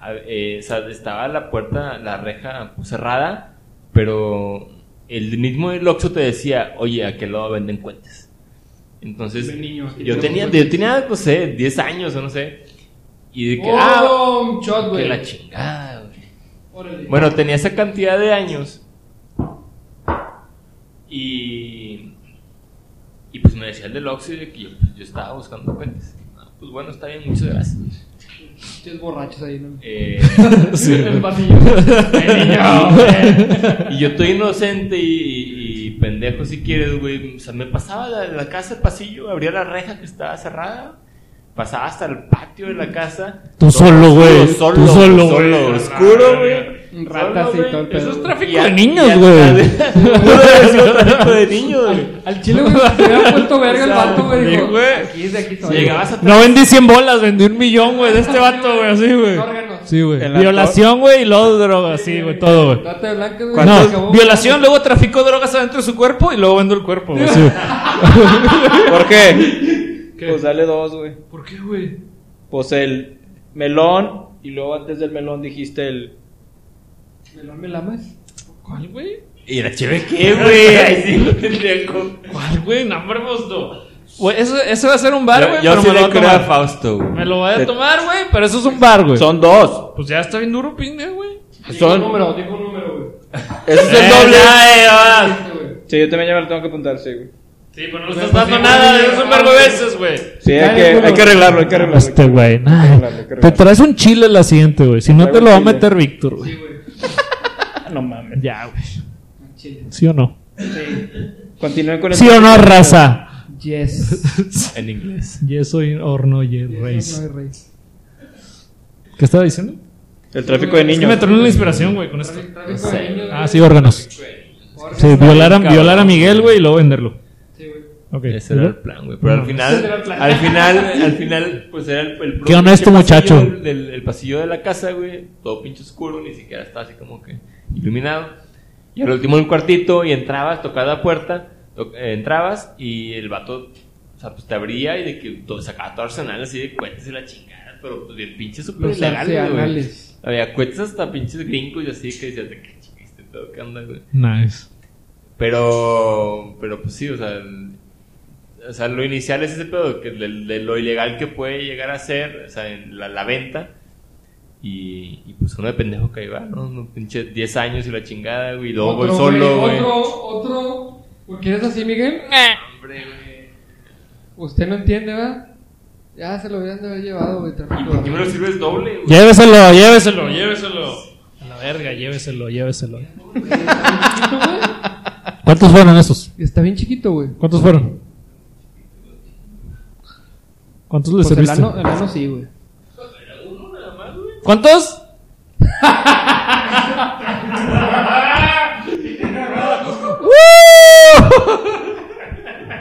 Speaker 3: a- eh, o sea, estaba la puerta, la reja pues, cerrada, pero el mismo del Oxxo te decía, oye, ¿a qué lado venden cohetes? Entonces,
Speaker 4: Ven, niño, aquí
Speaker 3: yo
Speaker 4: tenemos
Speaker 3: tenía,
Speaker 4: cohetes.
Speaker 3: yo tenía, no sé, 10 años o no sé. Y de que, ah,
Speaker 4: Oh, un shot,
Speaker 3: que
Speaker 4: güey.
Speaker 3: la chingada, güey.
Speaker 4: Órale.
Speaker 3: Bueno, tenía esa cantidad de años. Y. Y pues me decía el del Oxxo de que yo, pues, yo estaba buscando cuentas. Ah, pues bueno, está bien, muchas gracias.
Speaker 4: Pinches borrachos ahí, ¿no?
Speaker 3: Eh,
Speaker 4: El pasillo.
Speaker 3: y yo- y yo estoy inocente y, y- y pendejo si quieres, güey. O sea, me pasaba de la casa al pasillo, abría la reja que estaba cerrada, pasaba hasta el patio de la casa.
Speaker 5: Tú
Speaker 3: todo
Speaker 5: solo,
Speaker 3: oscuro,
Speaker 5: güey.
Speaker 3: Solo,
Speaker 5: Tú solo, güey.
Speaker 3: solo, oscuro, güey.
Speaker 4: Ratas y todo el pedo.
Speaker 5: Eso es tráfico
Speaker 3: Y
Speaker 5: de
Speaker 3: al- y
Speaker 5: niños,
Speaker 3: al-
Speaker 5: güey.
Speaker 3: Puro deseo tráfico de niños, güey.
Speaker 4: Al chile, güey, se hubiera puesto verga el
Speaker 3: O sea,
Speaker 4: vato, güey.
Speaker 3: sí,
Speaker 4: dijo,
Speaker 3: güey.
Speaker 4: Aquí es de aquí soy.
Speaker 3: Llegabas a
Speaker 5: No vendí 100 bolas, vendí un millón, güey, de este vato, güey, así, güey.
Speaker 4: Órganos.
Speaker 5: Sí, güey.
Speaker 6: En la
Speaker 5: Violación, güey, y luego droga, sí, güey, todo, güey.
Speaker 4: Trata de blancas, güey. se
Speaker 5: No,
Speaker 4: acabó.
Speaker 5: violación, luego traficó drogas adentro de su cuerpo y luego vendo el cuerpo, güey. Sí, güey.
Speaker 6: ¿Por qué? Pues dale dos, güey.
Speaker 5: ¿Por qué, güey?
Speaker 6: Pues el melón y luego antes del melón dijiste el...
Speaker 4: Melón, ¿Me lamas?
Speaker 5: ¿Cuál, güey?
Speaker 3: ¿Y la cheve qué, güey? Ahí sí lo pendejo.
Speaker 5: ¿Cuál, güey? No, hombre, pues, no. Güey, eso, eso va a ser un bar,
Speaker 3: Yo-
Speaker 5: güey,
Speaker 3: Yo
Speaker 5: pero
Speaker 3: sí
Speaker 5: me lo
Speaker 3: le
Speaker 5: voy a
Speaker 3: creo a
Speaker 5: tomar.
Speaker 3: Fausto,
Speaker 5: Me
Speaker 3: güey.
Speaker 5: lo voy a tomar, güey, pero eso es un bar, güey.
Speaker 6: Son dos.
Speaker 5: Pues ya está bien duro, pinde, güey.
Speaker 6: Son...
Speaker 4: Número, dijo un número, güey.
Speaker 6: Ese es el
Speaker 5: Eh,
Speaker 6: doble.
Speaker 5: ya, eh, va.
Speaker 4: Este, güey.
Speaker 6: Sí, yo también ya me lo tengo que apuntar, sí, güey.
Speaker 5: Sí, pero no le estás dando nada, es un vergo de veces, güey.
Speaker 6: Sí, hay que, hay que arreglarlo, hay que arreglarlo.
Speaker 5: Este güey, nah.
Speaker 6: arreglarlo, hay que
Speaker 5: Te
Speaker 6: arreglarlo.
Speaker 5: traes un chile la siguiente, güey. Si no
Speaker 6: Traigo
Speaker 5: te lo va a
Speaker 6: un chile.
Speaker 5: meter Víctor, güey.
Speaker 6: No mames.
Speaker 5: Ya, güey.
Speaker 4: Chile.
Speaker 5: ¿Sí o no?
Speaker 6: Continúen con el-
Speaker 5: ¿Sí o no, raza?
Speaker 4: Yes.
Speaker 3: En inglés.
Speaker 5: Yes soy horno, yes
Speaker 4: No
Speaker 5: race.
Speaker 4: hay raíz.
Speaker 5: ¿Qué estaba diciendo?
Speaker 6: El tráfico de
Speaker 5: Es que
Speaker 6: niños.
Speaker 5: me tronó la inspiración, güey, con esto.
Speaker 4: Tráfico de niños,
Speaker 5: Ah, sí, órganos.
Speaker 4: órganos.
Speaker 5: Sí, violar a, violar a Miguel, güey, y luego venderlo.
Speaker 4: Sí, güey.
Speaker 5: Ok.
Speaker 3: Ese era el plan, güey. Pero al
Speaker 4: Ese era el
Speaker 3: final,
Speaker 4: plan.
Speaker 3: al final, al final, pues era el, el
Speaker 5: Qué honesto,
Speaker 3: pinche pasillo
Speaker 5: muchacho.
Speaker 3: del- del- el pasillo de la casa, güey. Todo pinche oscuro, ni siquiera estaba así como que iluminado. Y al último en un cuartito y entrabas, tocabas la puerta, to- eh, entrabas y el vato, o sea, pues te abría y de que to- sacaba todo arsenal así de cuentas y la chingada, pero pues bien pinche súper
Speaker 4: Los
Speaker 3: ilegal, güey.
Speaker 4: arsenales.
Speaker 3: Había cuentas hasta pinches gringos y así que decías de que chingiste todo, ¿qué onda, güey?
Speaker 5: Nice.
Speaker 3: Pero, pero pues sí, o sea, el- o sea lo inicial es ese pedo, que de, de lo ilegal que puede llegar a ser, o sea, en la, la venta. Y, y, pues uno de pendejo que iba, ¿no? Uno pinche 10 años y la chingada, güey, y luego voy
Speaker 4: Otro,
Speaker 3: solo, güey.
Speaker 4: Otro, otro. ¿Por qué eres así, Miguel?
Speaker 3: Hombre, güey.
Speaker 4: Usted no entiende, ¿verdad? Ya se lo hubieran de haber llevado, güey.
Speaker 3: ¿Y
Speaker 4: tráfico
Speaker 3: por
Speaker 4: de
Speaker 3: qué me lo
Speaker 4: niños.
Speaker 3: sirves doble, güey?
Speaker 5: Lléveselo, lléveselo, lléveselo. A la verga, lléveselo, lléveselo. ¿Cuántos fueron esos?
Speaker 4: Está bien chiquito, güey.
Speaker 5: ¿Cuántos fueron? ¿Cuántos les
Speaker 4: Pues el
Speaker 5: serviste?
Speaker 4: ano, el ano sí, güey.
Speaker 5: ¿Cuántos?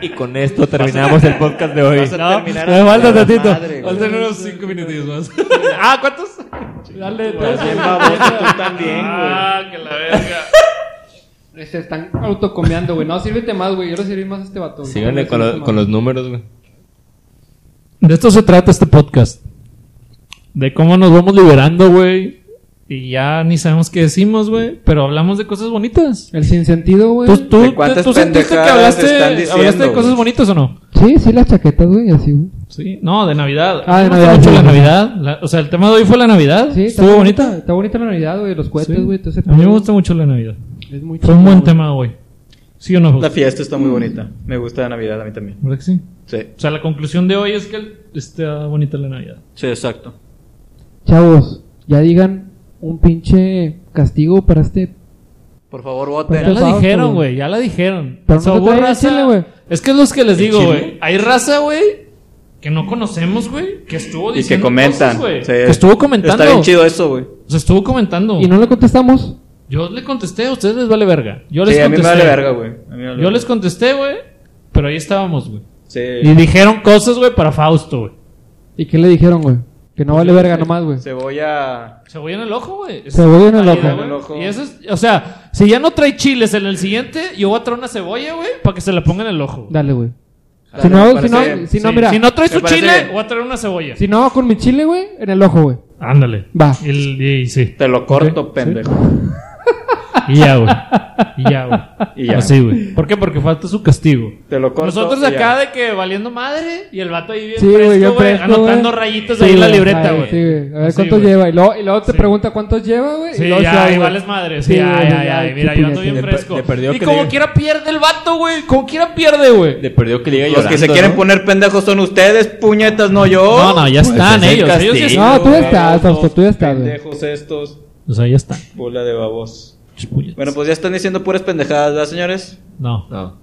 Speaker 3: Y con esto terminamos el podcast de hoy.
Speaker 5: No, me
Speaker 6: terminar hasta
Speaker 5: falta
Speaker 6: la
Speaker 5: tantito.
Speaker 6: madre, güey.
Speaker 5: Faltan unos 5 minutillos más. ah, ¿cuántos? Dale,
Speaker 6: Estás bien baboso, tú también, güey.
Speaker 5: Ah, que la verga.
Speaker 4: Se están autocomeando, güey. No, sírvete más, güey. Yo le sirví más a este vato. güey.
Speaker 3: Síganle con, lo- con los números, güey.
Speaker 5: De esto se trata este podcast. De cómo nos vamos liberando, güey. Y ya ni sabemos qué decimos, güey. Pero hablamos de cosas bonitas. Pues
Speaker 4: El sinsentido, güey.
Speaker 5: ¿Tú, tú,
Speaker 6: ¿De cuántas
Speaker 5: tú sentiste que
Speaker 6: pendejadas
Speaker 5: hablaste,
Speaker 6: están diciendo,
Speaker 5: hablaste de cosas
Speaker 6: güey?
Speaker 5: bonitas o no?
Speaker 4: Sí, sí, las chaquetas, güey. Así, güey.
Speaker 5: Sí. No, de Navidad.
Speaker 4: Ah, de
Speaker 5: Me gusta
Speaker 4: Navidad,
Speaker 5: mucho
Speaker 4: sí,
Speaker 5: la
Speaker 4: ajá.
Speaker 5: Navidad. La- o sea, el tema de hoy fue la Navidad.
Speaker 4: Sí, está
Speaker 5: Estuvo
Speaker 4: bonita.
Speaker 5: bonita.
Speaker 4: Está bonita la Navidad, güey. Los
Speaker 5: Sí.
Speaker 4: cohetes, güey. todo ese
Speaker 5: A mí me
Speaker 4: pedo.
Speaker 5: gusta mucho la Navidad.
Speaker 4: Es muy
Speaker 5: Fue un
Speaker 4: chido,
Speaker 5: buen
Speaker 4: güey.
Speaker 5: tema hoy. ¿Sí o no? Jos?
Speaker 6: La fiesta está muy bonita. Me gusta la Navidad a mí también.
Speaker 5: ¿Verdad que sí?
Speaker 6: Sí.
Speaker 5: O sea, la conclusión de hoy es que está bonita la Navidad.
Speaker 6: Sí, exacto.
Speaker 4: Chavos, ya digan un pinche castigo para este.
Speaker 6: Por favor,
Speaker 5: Ya
Speaker 6: voten.
Speaker 5: la
Speaker 4: Fausto,
Speaker 5: dijeron,
Speaker 4: güey.
Speaker 5: güey, ya la dijeron.
Speaker 4: Pero no
Speaker 5: So,
Speaker 4: te
Speaker 5: hubo
Speaker 4: traen el
Speaker 5: raza-
Speaker 4: chile, güey.
Speaker 5: Es que es los que les digo,
Speaker 6: chile?
Speaker 5: güey. Hay raza, güey, que no conocemos, güey, que estuvo
Speaker 6: Y que
Speaker 5: diciendo
Speaker 6: comentan.
Speaker 5: cosas, güey.
Speaker 6: Sí.
Speaker 5: Que estuvo comentando.
Speaker 6: Está bien chido eso, güey.
Speaker 5: O sea, estuvo comentando.
Speaker 4: Y no le contestamos.
Speaker 5: Yo le contesté, a ustedes les vale verga. Yo les
Speaker 6: Sí, a mí me
Speaker 5: contesté.
Speaker 6: vale verga, güey. A mí me
Speaker 5: Yo
Speaker 6: vale verga.
Speaker 5: les contesté, güey, pero ahí estábamos, güey. Y
Speaker 6: Sí.
Speaker 5: dijeron cosas, güey, para Fausto, güey.
Speaker 4: ¿Y qué le dijeron, güey? Que no vale verga nomás, güey.
Speaker 6: Cebolla.
Speaker 5: Se voy en el ojo, güey. Esa
Speaker 4: Cebolla
Speaker 5: es
Speaker 4: en el
Speaker 5: la
Speaker 4: ojo.
Speaker 5: calidad,
Speaker 6: En el
Speaker 5: güey.
Speaker 6: ojo.
Speaker 5: Y eso es, o sea, si ya no trae chiles en el siguiente, yo voy a traer una cebolla, güey, para que se la ponga en el ojo. güey.
Speaker 4: Dale, güey.
Speaker 6: Dale,
Speaker 4: Si
Speaker 6: me
Speaker 4: no, si
Speaker 6: parece
Speaker 4: no,
Speaker 6: bien.
Speaker 4: si no,
Speaker 5: Sí,
Speaker 4: mira.
Speaker 5: Si no traes
Speaker 6: Me
Speaker 5: su
Speaker 6: parece
Speaker 5: chile,
Speaker 6: bien.
Speaker 5: voy a traer una cebolla.
Speaker 4: Si no, con mi chile, güey, en el ojo, güey.
Speaker 5: Ándale.
Speaker 4: Va.
Speaker 5: Y, el- y- y sí.
Speaker 6: Te lo corto, pendejo.
Speaker 5: Y ya, güey. Y ya, güey.
Speaker 6: Y ya.
Speaker 5: Así, güey. ¿Por qué? Porque falta su castigo.
Speaker 6: Te lo corto.
Speaker 5: Nosotros
Speaker 6: y ya.
Speaker 5: acá de que valiendo madre y el vato ahí bien
Speaker 4: Sí, güey,
Speaker 5: fresco,
Speaker 4: bien
Speaker 5: güey,
Speaker 4: fresco,
Speaker 5: anotando
Speaker 4: güey.
Speaker 5: rayitos
Speaker 4: Sí,
Speaker 5: ahí en la
Speaker 4: güey,
Speaker 5: libreta,
Speaker 4: ahí,
Speaker 5: güey.
Speaker 4: Sí, güey. A ver
Speaker 5: Así,
Speaker 4: cuántos
Speaker 5: güey.
Speaker 4: lleva. Y luego, y luego te
Speaker 5: Sí.
Speaker 4: pregunta cuántos lleva, güey.
Speaker 5: Sí,
Speaker 4: y luego
Speaker 5: ya,
Speaker 4: se va,
Speaker 5: ahí
Speaker 4: güey.
Speaker 5: vales madre. Sí,
Speaker 4: Sí,
Speaker 5: ay,
Speaker 4: güey,
Speaker 5: ay,
Speaker 4: ya,
Speaker 5: ay.
Speaker 4: qué
Speaker 5: Mira, yo ando
Speaker 4: puñetas.
Speaker 5: bien
Speaker 3: De per-
Speaker 5: fresco.
Speaker 3: de perdido
Speaker 5: y
Speaker 3: que
Speaker 5: como
Speaker 3: diga.
Speaker 5: quiera pierde el vato, güey. Como quiera pierde, güey.
Speaker 3: De perdió que le diga
Speaker 6: Los que se
Speaker 3: llorando,
Speaker 6: quieren
Speaker 3: ¿no?
Speaker 6: poner pendejos son ustedes, puñetas, no yo.
Speaker 5: No, no, ya están
Speaker 3: ese Pues es el
Speaker 5: ellos. Ellos ya
Speaker 3: castigo.
Speaker 5: están.
Speaker 4: No, tú ya estás,
Speaker 6: Babosos,
Speaker 4: Fausto, tú ya estás, güey.
Speaker 6: Pendejos estos.
Speaker 5: O sea, ya están.
Speaker 6: Bola de babos.
Speaker 5: Chis, puñetas.
Speaker 6: Bueno, pues ya están diciendo puras pendejadas, ¿verdad, señores?
Speaker 5: No.
Speaker 3: No.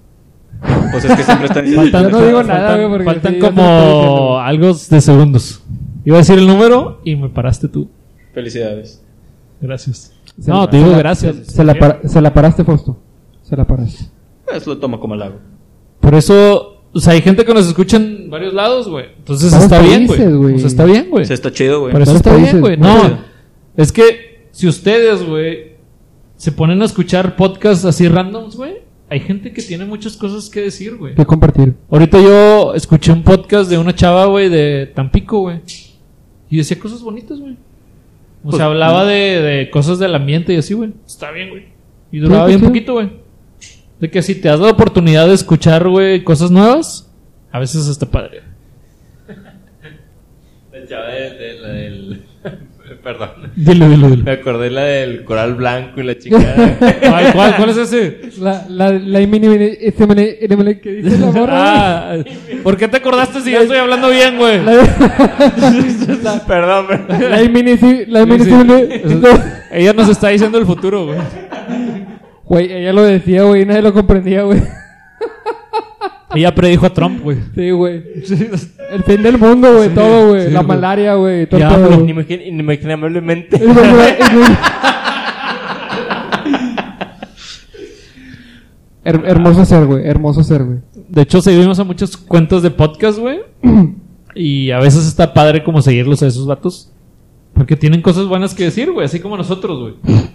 Speaker 6: Pues es que siempre están
Speaker 5: Faltan,
Speaker 4: no digo nada, güey, porque
Speaker 5: faltan
Speaker 4: sí, yo te lo estoy
Speaker 5: como
Speaker 4: diciendo.
Speaker 5: algo de segundos. Iba a decir el número y me paraste tú.
Speaker 6: Felicidades.
Speaker 5: Gracias.
Speaker 4: Se
Speaker 5: no,
Speaker 4: la-
Speaker 5: te digo
Speaker 4: se la-
Speaker 5: gracias.
Speaker 4: Se la, par- se la paraste, Fausto. Se la paraste.
Speaker 6: Pues lo tomo como lago.
Speaker 5: Por eso, o sea, hay gente que nos escucha en varios lados, güey. Entonces
Speaker 4: Varios
Speaker 5: está bien,
Speaker 4: países, güey.
Speaker 5: güey. O sea, está bien, güey.
Speaker 6: Eso está chido, güey.
Speaker 5: Por eso
Speaker 4: Varios
Speaker 5: está
Speaker 4: países,
Speaker 5: bien, güey.
Speaker 4: varios
Speaker 5: No,
Speaker 4: países.
Speaker 5: es que si ustedes, güey, se ponen a escuchar podcasts así randoms, güey, hay gente que tiene muchas cosas que decir, güey.
Speaker 4: ¿Qué compartir?
Speaker 5: Ahorita yo escuché un podcast de una chava, güey, de Tampico, güey. Y decía cosas bonitas, güey. O sea, hablaba de, de cosas del ambiente y así, güey. Pues, Está bien, güey. Y duraba
Speaker 4: qué
Speaker 5: bien
Speaker 4: chido.
Speaker 5: poquito, güey. De que si te has dado oportunidad de escuchar, güey, cosas nuevas, a veces está padre.
Speaker 3: La chava de, de la del. Perdón.
Speaker 5: Dilo, dilo, dilo.
Speaker 3: Me acordé la del coral blanco y la chingada.
Speaker 5: Ay, ¿cuál, ¿Cuál es ese?
Speaker 4: La, la, la mini, este mene- este mene que dice la morra.
Speaker 5: Ah, ¿Por qué te acordaste si yo estoy hablando bien, güey?
Speaker 3: Perdón, perdón.
Speaker 4: güey. La mini, sí, la mini, sí,
Speaker 5: Sí, sí.
Speaker 4: mene-
Speaker 5: Ella nos está diciendo el futuro, güey.
Speaker 4: Güey, ella lo decía, güey, y nadie lo comprendía, güey.
Speaker 5: Ella predijo a Trump, güey.
Speaker 4: Sí, güey. El fin del mundo, güey,
Speaker 5: Sí,
Speaker 4: todo, güey.
Speaker 5: sí,
Speaker 4: la
Speaker 5: güey.
Speaker 4: malaria, güey, todo.
Speaker 5: Ya, pues,
Speaker 4: todo,
Speaker 5: güey,
Speaker 4: güey.
Speaker 3: Inimagin- Inimaginablemente.
Speaker 4: Es verdad, es verdad. Her- hermoso ser, güey, hermoso ser, güey.
Speaker 5: De hecho, seguimos a muchas cuentas de podcast, güey. Y a veces está padre como seguirlos a esos vatos. Porque tienen cosas buenas que decir, güey. Así como nosotros, güey.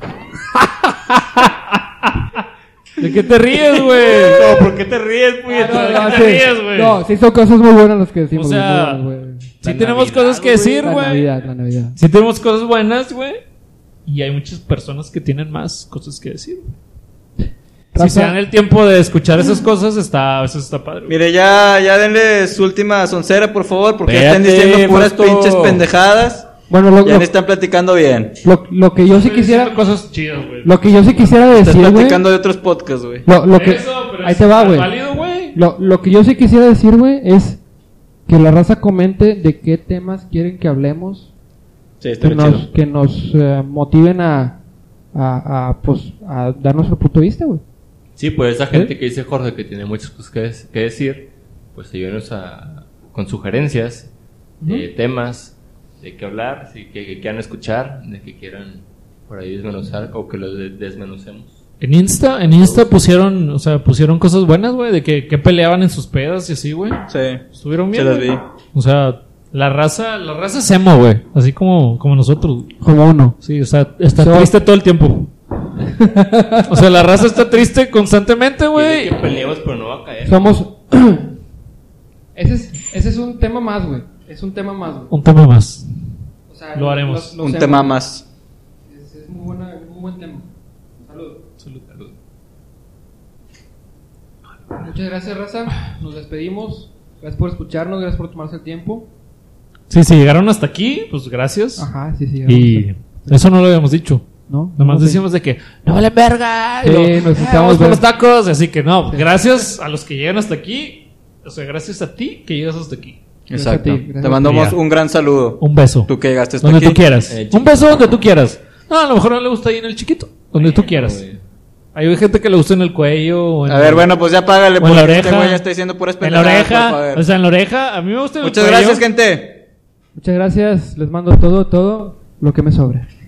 Speaker 5: ¿De qué te ríes, güey? Ah,
Speaker 3: No, ¿por qué te ríes, güey?
Speaker 5: no,
Speaker 4: Ah, sí.
Speaker 5: te ríes, güey.
Speaker 4: No, sí son cosas muy buenas las que decimos.
Speaker 5: O
Speaker 4: güey,
Speaker 5: sea,
Speaker 4: muy buenas, güey.
Speaker 5: Sí tenemos cosas que decir,
Speaker 4: La
Speaker 5: güey.
Speaker 4: Navidad, la Navidad.
Speaker 5: Sí tenemos cosas buenas, güey. Y hay muchas personas que tienen más cosas que decir. Si se
Speaker 4: Raza-
Speaker 5: dan el tiempo de escuchar esas cosas, está, a veces está padre. güey.
Speaker 6: Mire, ya, ya denle su última soncera, por favor, porque ya están
Speaker 3: Espérate,
Speaker 6: diciendo puras
Speaker 3: Fausto.
Speaker 6: pinches pendejadas.
Speaker 4: Bueno, lo,
Speaker 6: Ya
Speaker 4: lo,
Speaker 6: le están platicando bien.
Speaker 4: lo- lo que yo sí
Speaker 5: Estoy diciendo
Speaker 4: quisiera,
Speaker 5: cosas chidas, güey.
Speaker 4: lo que yo sí quisiera
Speaker 6: Estás
Speaker 4: decir, güey.
Speaker 6: platicando de otros podcasts, güey.
Speaker 4: Lo, lo que,
Speaker 5: Eso, pero
Speaker 4: ahí
Speaker 5: es
Speaker 4: te va, güey.
Speaker 5: válido, güey.
Speaker 4: Lo, lo que yo sí quisiera decir, güey, es que la raza comente de qué temas quieren que hablemos,
Speaker 6: Sí, está
Speaker 4: que
Speaker 6: bien
Speaker 4: nos,
Speaker 6: chido.
Speaker 4: que nos eh, motiven a, a, a, pues, a dar nuestro punto de vista, güey.
Speaker 3: Sí, pues esa gente que dice Jorge que tiene muchas cosas que, des- que decir, pues ayúdenos a, con sugerencias, eh, temas de qué hablar, si- que, que quieran escuchar, de que quieran por ahí desmenuzar o que los de- desmenucemos.
Speaker 5: En Insta, en Insta pusieron, o sea, pusieron cosas buenas, güey, de que, que peleaban en sus pedas y así, güey.
Speaker 6: Sí.
Speaker 5: Estuvieron bien.
Speaker 6: Se las
Speaker 5: güey.
Speaker 6: vi.
Speaker 5: O sea, la raza, la raza es emo, güey. Así como, como nosotros. güey.
Speaker 4: Como uno.
Speaker 5: Sí, o sea, está
Speaker 4: So-
Speaker 5: triste todo el tiempo. o sea, la raza está triste constantemente,
Speaker 3: Dice
Speaker 5: güey.
Speaker 3: que peleemos, pero no va a caer.
Speaker 4: Somos... ese, es, ese es un tema más, güey. Es un tema más, güey.
Speaker 5: Un tema más.
Speaker 4: O sea,
Speaker 5: Lo haremos.
Speaker 4: los- los
Speaker 6: Un
Speaker 4: temas-
Speaker 6: tema más.
Speaker 4: Es, es muy, buena, muy buen tema. Saludos. Muchas gracias, raza. Nos despedimos. Gracias por escucharnos, gracias por tomarse el tiempo.
Speaker 5: Sí, si llegaron hasta aquí, pues gracias.
Speaker 4: Ajá, sí, sí.
Speaker 5: Y eso no lo habíamos dicho.
Speaker 4: ¿No?
Speaker 5: Nomás
Speaker 4: Sí.
Speaker 5: decimos de que no vale verga.
Speaker 4: Sí,
Speaker 5: y lo-
Speaker 4: nos
Speaker 5: "Ah,
Speaker 4: estamos
Speaker 5: vamos por
Speaker 4: ver-
Speaker 5: los tacos. Así que no,
Speaker 4: Sí.
Speaker 5: gracias a los que llegan hasta aquí. O sea, gracias a ti que llegas hasta aquí.
Speaker 4: Gracias a
Speaker 6: Exacto.
Speaker 4: ti, gracias
Speaker 6: Te
Speaker 4: a
Speaker 6: mandamos
Speaker 5: ti.
Speaker 6: un gran saludo.
Speaker 5: Un beso.
Speaker 6: Tú que llegaste hasta
Speaker 5: donde
Speaker 6: aquí.
Speaker 5: tú quieras.
Speaker 3: Eh, chiquito.
Speaker 5: un beso donde tú quieras. No, a lo mejor no le gusta ahí en el chiquito. Donde tú quieras.
Speaker 3: Güey.
Speaker 5: Hay gente que le gusta en el cuello. o en
Speaker 6: A ver, bueno, pues ya págale
Speaker 5: o en
Speaker 6: porque
Speaker 5: la
Speaker 6: este
Speaker 5: oreja.
Speaker 6: güey ya está diciendo puras
Speaker 5: en la
Speaker 6: pendejadas. por
Speaker 5: oreja. Pues,
Speaker 6: favor.
Speaker 5: O sea, en la oreja. A mí me gusta en el
Speaker 6: Muchas
Speaker 5: cuello.
Speaker 6: gracias, gente.
Speaker 4: Muchas gracias. Les mando todo, todo lo que me sobre.